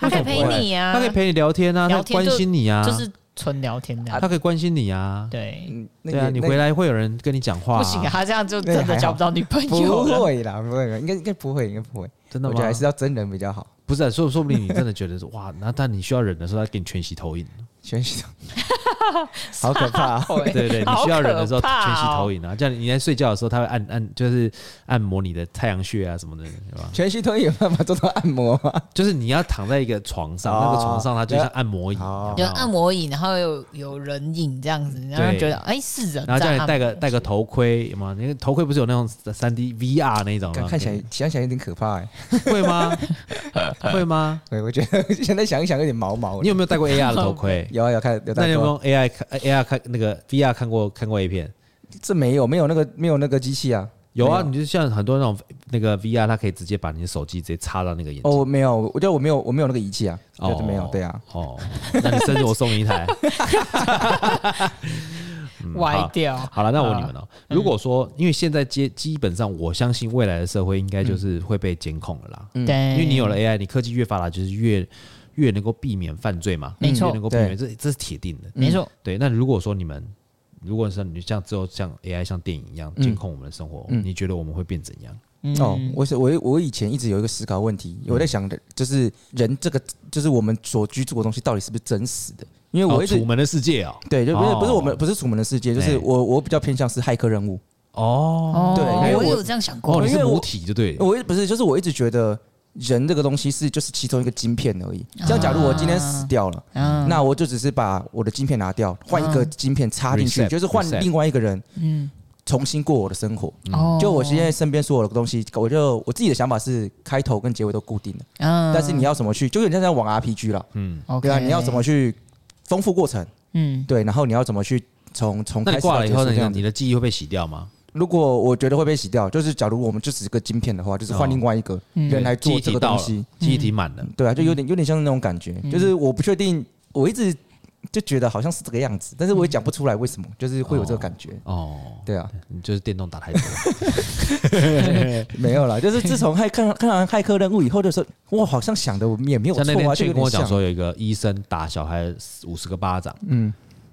他可以
为
陪
什么不会
你啊，
她可以陪你聊天啊，
聊
她
天
关
就
心你啊，
就是纯聊天这样，
她可以关心你啊。
对，
嗯，那
对
个
啊，你
那
回来会有人跟你讲话，
不行啊，，他这样就真
那个还
的
好
交不到女朋友
不
了。
会啦，不会，应该应该不会，应该不会。
真的
我
吗？
觉得还是要真人比较好。
*laughs* 不是啊，说说不定你真的觉得说哇，那但你需要忍的时候，他给你全息投
*laughs*
影，
全
*laughs*
息投影，好可怕、
*laughs*
啊！
对对对，你需要忍的时候
好可怕哦
全息投影啊，这样你在睡觉的时候，他会按按就是按摩你的太阳穴啊什么的，对吧？
全息投影有办法做到按摩吗？
就是你要躺在一个床上，
哦
那个床上它就像按摩椅，
哦
有没
有
有
按摩椅，然后有有人影这样子，然后
对
觉得哎是人在
然
按摩，
后叫你戴个戴个头盔嘛，那个头盔不是有那种三 D VR 那种
看
吗？
看起来想想有点可怕哎、
会吗？会吗？
对，我觉得现在想一想有点毛毛的。？
你有没有戴 *laughs* 过 AR 的头盔
有啊有看有
那你
戴
有没
过？
有 AI 看 AR 看那个 VR 看过看过 A 片？
这没有没有那个没有那个机器啊。
有啊，
没有
你就像很多那种那个 VR，它可以直接把你的手机直接插到那个眼睛。
哦，我没有，我觉得我没有我没有那个仪器啊，就是没有。对啊，。
哦，那你生日我送你一台。嗯
歪
好
掉。
好了，那我问你们哦、如果说，因为现在基基本上，我相信未来的社会应该就是会被监控了啦。
对，
嗯因为你有了 AI，你科技越发达，就是越越能够避免犯罪嘛，
没错
越能够避免，这这是铁定的。
没错，
对，那如果说你们，如果说你像之后像 AI 像电影一样
嗯
监控我们的生活，
嗯
你觉得我们会变怎样？
嗯
哦，我是我我以前一直有一个思考问题，
嗯
我在想的就是人这个就是我们所居住的东西到底是不是真实的？因为我
哦
一直、
楚门的世界哦，
对，就不是、
哦
不是我们不是楚门的世界，就是
哎
我我比较偏向是骇客任务。
哦
哦，
对因为
我
我
有这样想
哦，
过
你，是
因为我
母体就对了。
我一不是，就是我一直觉得人这个东西是就是其中一个晶片而已。像假如我今天死掉了，
嗯
那我就只是把我的晶片拿掉，换一个晶片插进
嗯
去，
Reset，
就是换
reset
另外一个人。
嗯，
重新过我的生活。
哦
就我现在身边所有的东西，我就我自己的想法是开头跟结尾都固定的，
嗯
但是你要怎么去，就有点像在玩 RPG 啦，
嗯，
OK，
对啊，你要怎么去丰富过程，
嗯
对，然后你要怎么去从从
那
开
你
始
挂
到
了
结
以
束
后呢？
这
你的
样
你
子。
的记忆会被洗掉吗？
如果我觉得会被洗掉，就是假如我们就只是个晶片的话，就是换
哦
另外一个
嗯
人来
记
做
忆
这
体
个
到
东
了，
西
记，忆体满了，
对啊，就有
嗯
点有点像是那种感觉，就是我不确定，我一直就觉得好像是这个样子，但是我
嗯
也讲不出来为什么，就是会有这个感觉。
哦，
对啊，
你就是电动打太多了，
没有啦，就是自从骇看看完《骇客任务》以后，就说我好像想的我们也没有错
像那天
啊，就
去
有
跟我讲
点像。
说，有一个医生打小孩五十个巴掌，
嗯，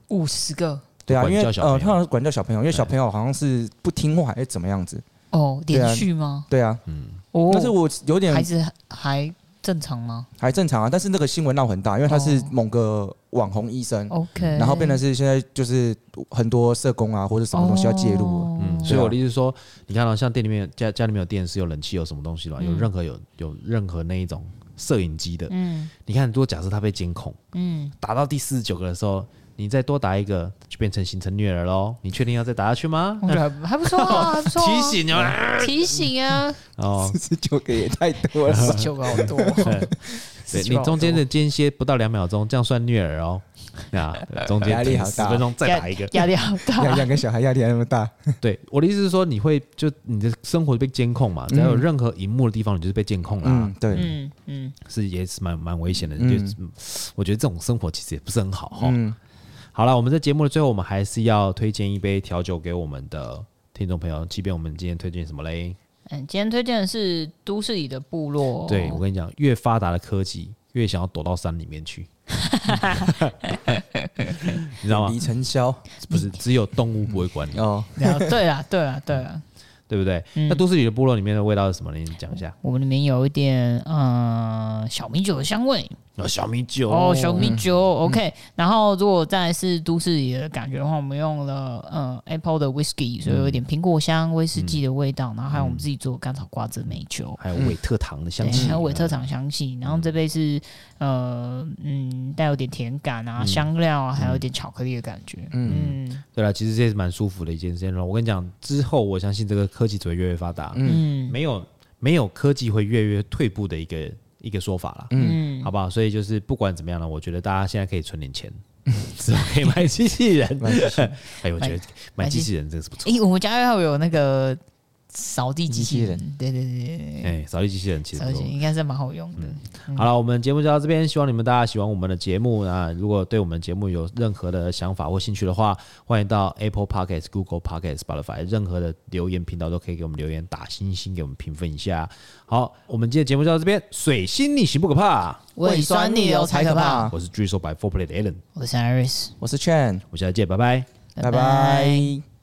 五十个
对啊，
管
因为
教小朋友
呃，他好像管教小朋友，因为小朋友好像是不听话还是怎么
嗯
样子。
哦，
对啊
连续吗？
对啊，
哦，
但是我有点
孩子还还正常吗
还正常啊，但是那个新闻闹很大，因为他是
哦
某个网红医生，
？OK，
嗯然后变成是现在就是很多社工啊或者什么东西要介入了。
哦
嗯，所以我的意思是说，你看哦到像店里面家家里面有电视、有冷气、有什么东西了，有任何有有任何那一种摄影机的，
嗯
你看，如果假设他被监控，
嗯，
打到第四十九个的时候，你再多打一个，就变成形成虐儿喽。你确定要再打下去吗
我？觉得还还不错啊，还不错啊
*laughs* 提醒啊！
提醒啊，
*laughs*
哦，
四十九个也太
*laughs*
多了，
*laughs* 十九个好多，
对
19
你中间的间歇不到两秒钟，这样算虐儿哦。啊，对中间
压力好
十
大
分钟再打一个。
压力好
养
大，
养个小孩压力还那
*laughs*
么大，
对，我的意思是说，你会就你的生活被监控嘛？只要有任何荧幕的地方，你就是被监控啦。
嗯，对，
嗯嗯，
是也是蛮蛮危险的。
嗯
就是嗯我觉得这种生活其实也不是很好哈。
嗯，
好了，我们在节目的最后，我们还是要推荐一杯调酒给我们的听众朋友。即便我们今天推荐什么嘞？
嗯，今天推荐的是都市里的部落，哦
对我跟你讲，越发达的科技，越想要躲到山里面
*laughs*
去， *laughs* 你嗯知道吗
李？承霄
不是，只有动物不会管你，
哦，
啊对啦对啦对啊啦，
对不对？
嗯
那都市里的部落里面的味道是什么呢？你讲一下。
我们里面有一点呃小米酒的香味，
哦，小米酒
哦，小米酒、o k 然后如果再是都市里的感觉的话，我们用了呃 Apple 的 Whisky，所以有一点苹果香、威士忌的味道，然后还有我们自己做的甘草瓜子美酒。
还有韦特糖的香
对，
气，嗯
还有嗯韦特厂香气，然后这杯是呃嗯带有点甜感啊、香料啊，还有点巧克力的感觉。嗯
对了，其实这也是蛮舒服的一件事情了。我跟你讲，之后我相信这个科技只会越来越发达，
嗯
没有没有科技会越来越退步的一个一个说法啦。
嗯，
好不好？所以就是不管怎么样呢，我觉得大家现在可以存点钱， *laughs* 之后可以买机器人。 *laughs* 哎，我觉得买机器人真的是不错。
诶、我们家要有那个扫地机器
机
人，对对对对
哎，扫地机器人其实
扫
不
地机
错
器人应嗯该是蛮好用的。
好了，我们节目就到这边，希望你们大家喜欢我们的节目啊。如果对我们节目有任何的想法或兴趣的话，欢迎到 Apple Podcast、Google Podcast、Spotify 任何的留言频道都可以给我们留言打星星，给我们评分一下。好，我们今天节目就到这边，水星逆行不可怕。
胃酸逆流才可怕。
我是巨兽白 Four Play 的 Allen，
我是 Iris，
我是 Chen，
我们下次见，拜拜。
拜拜。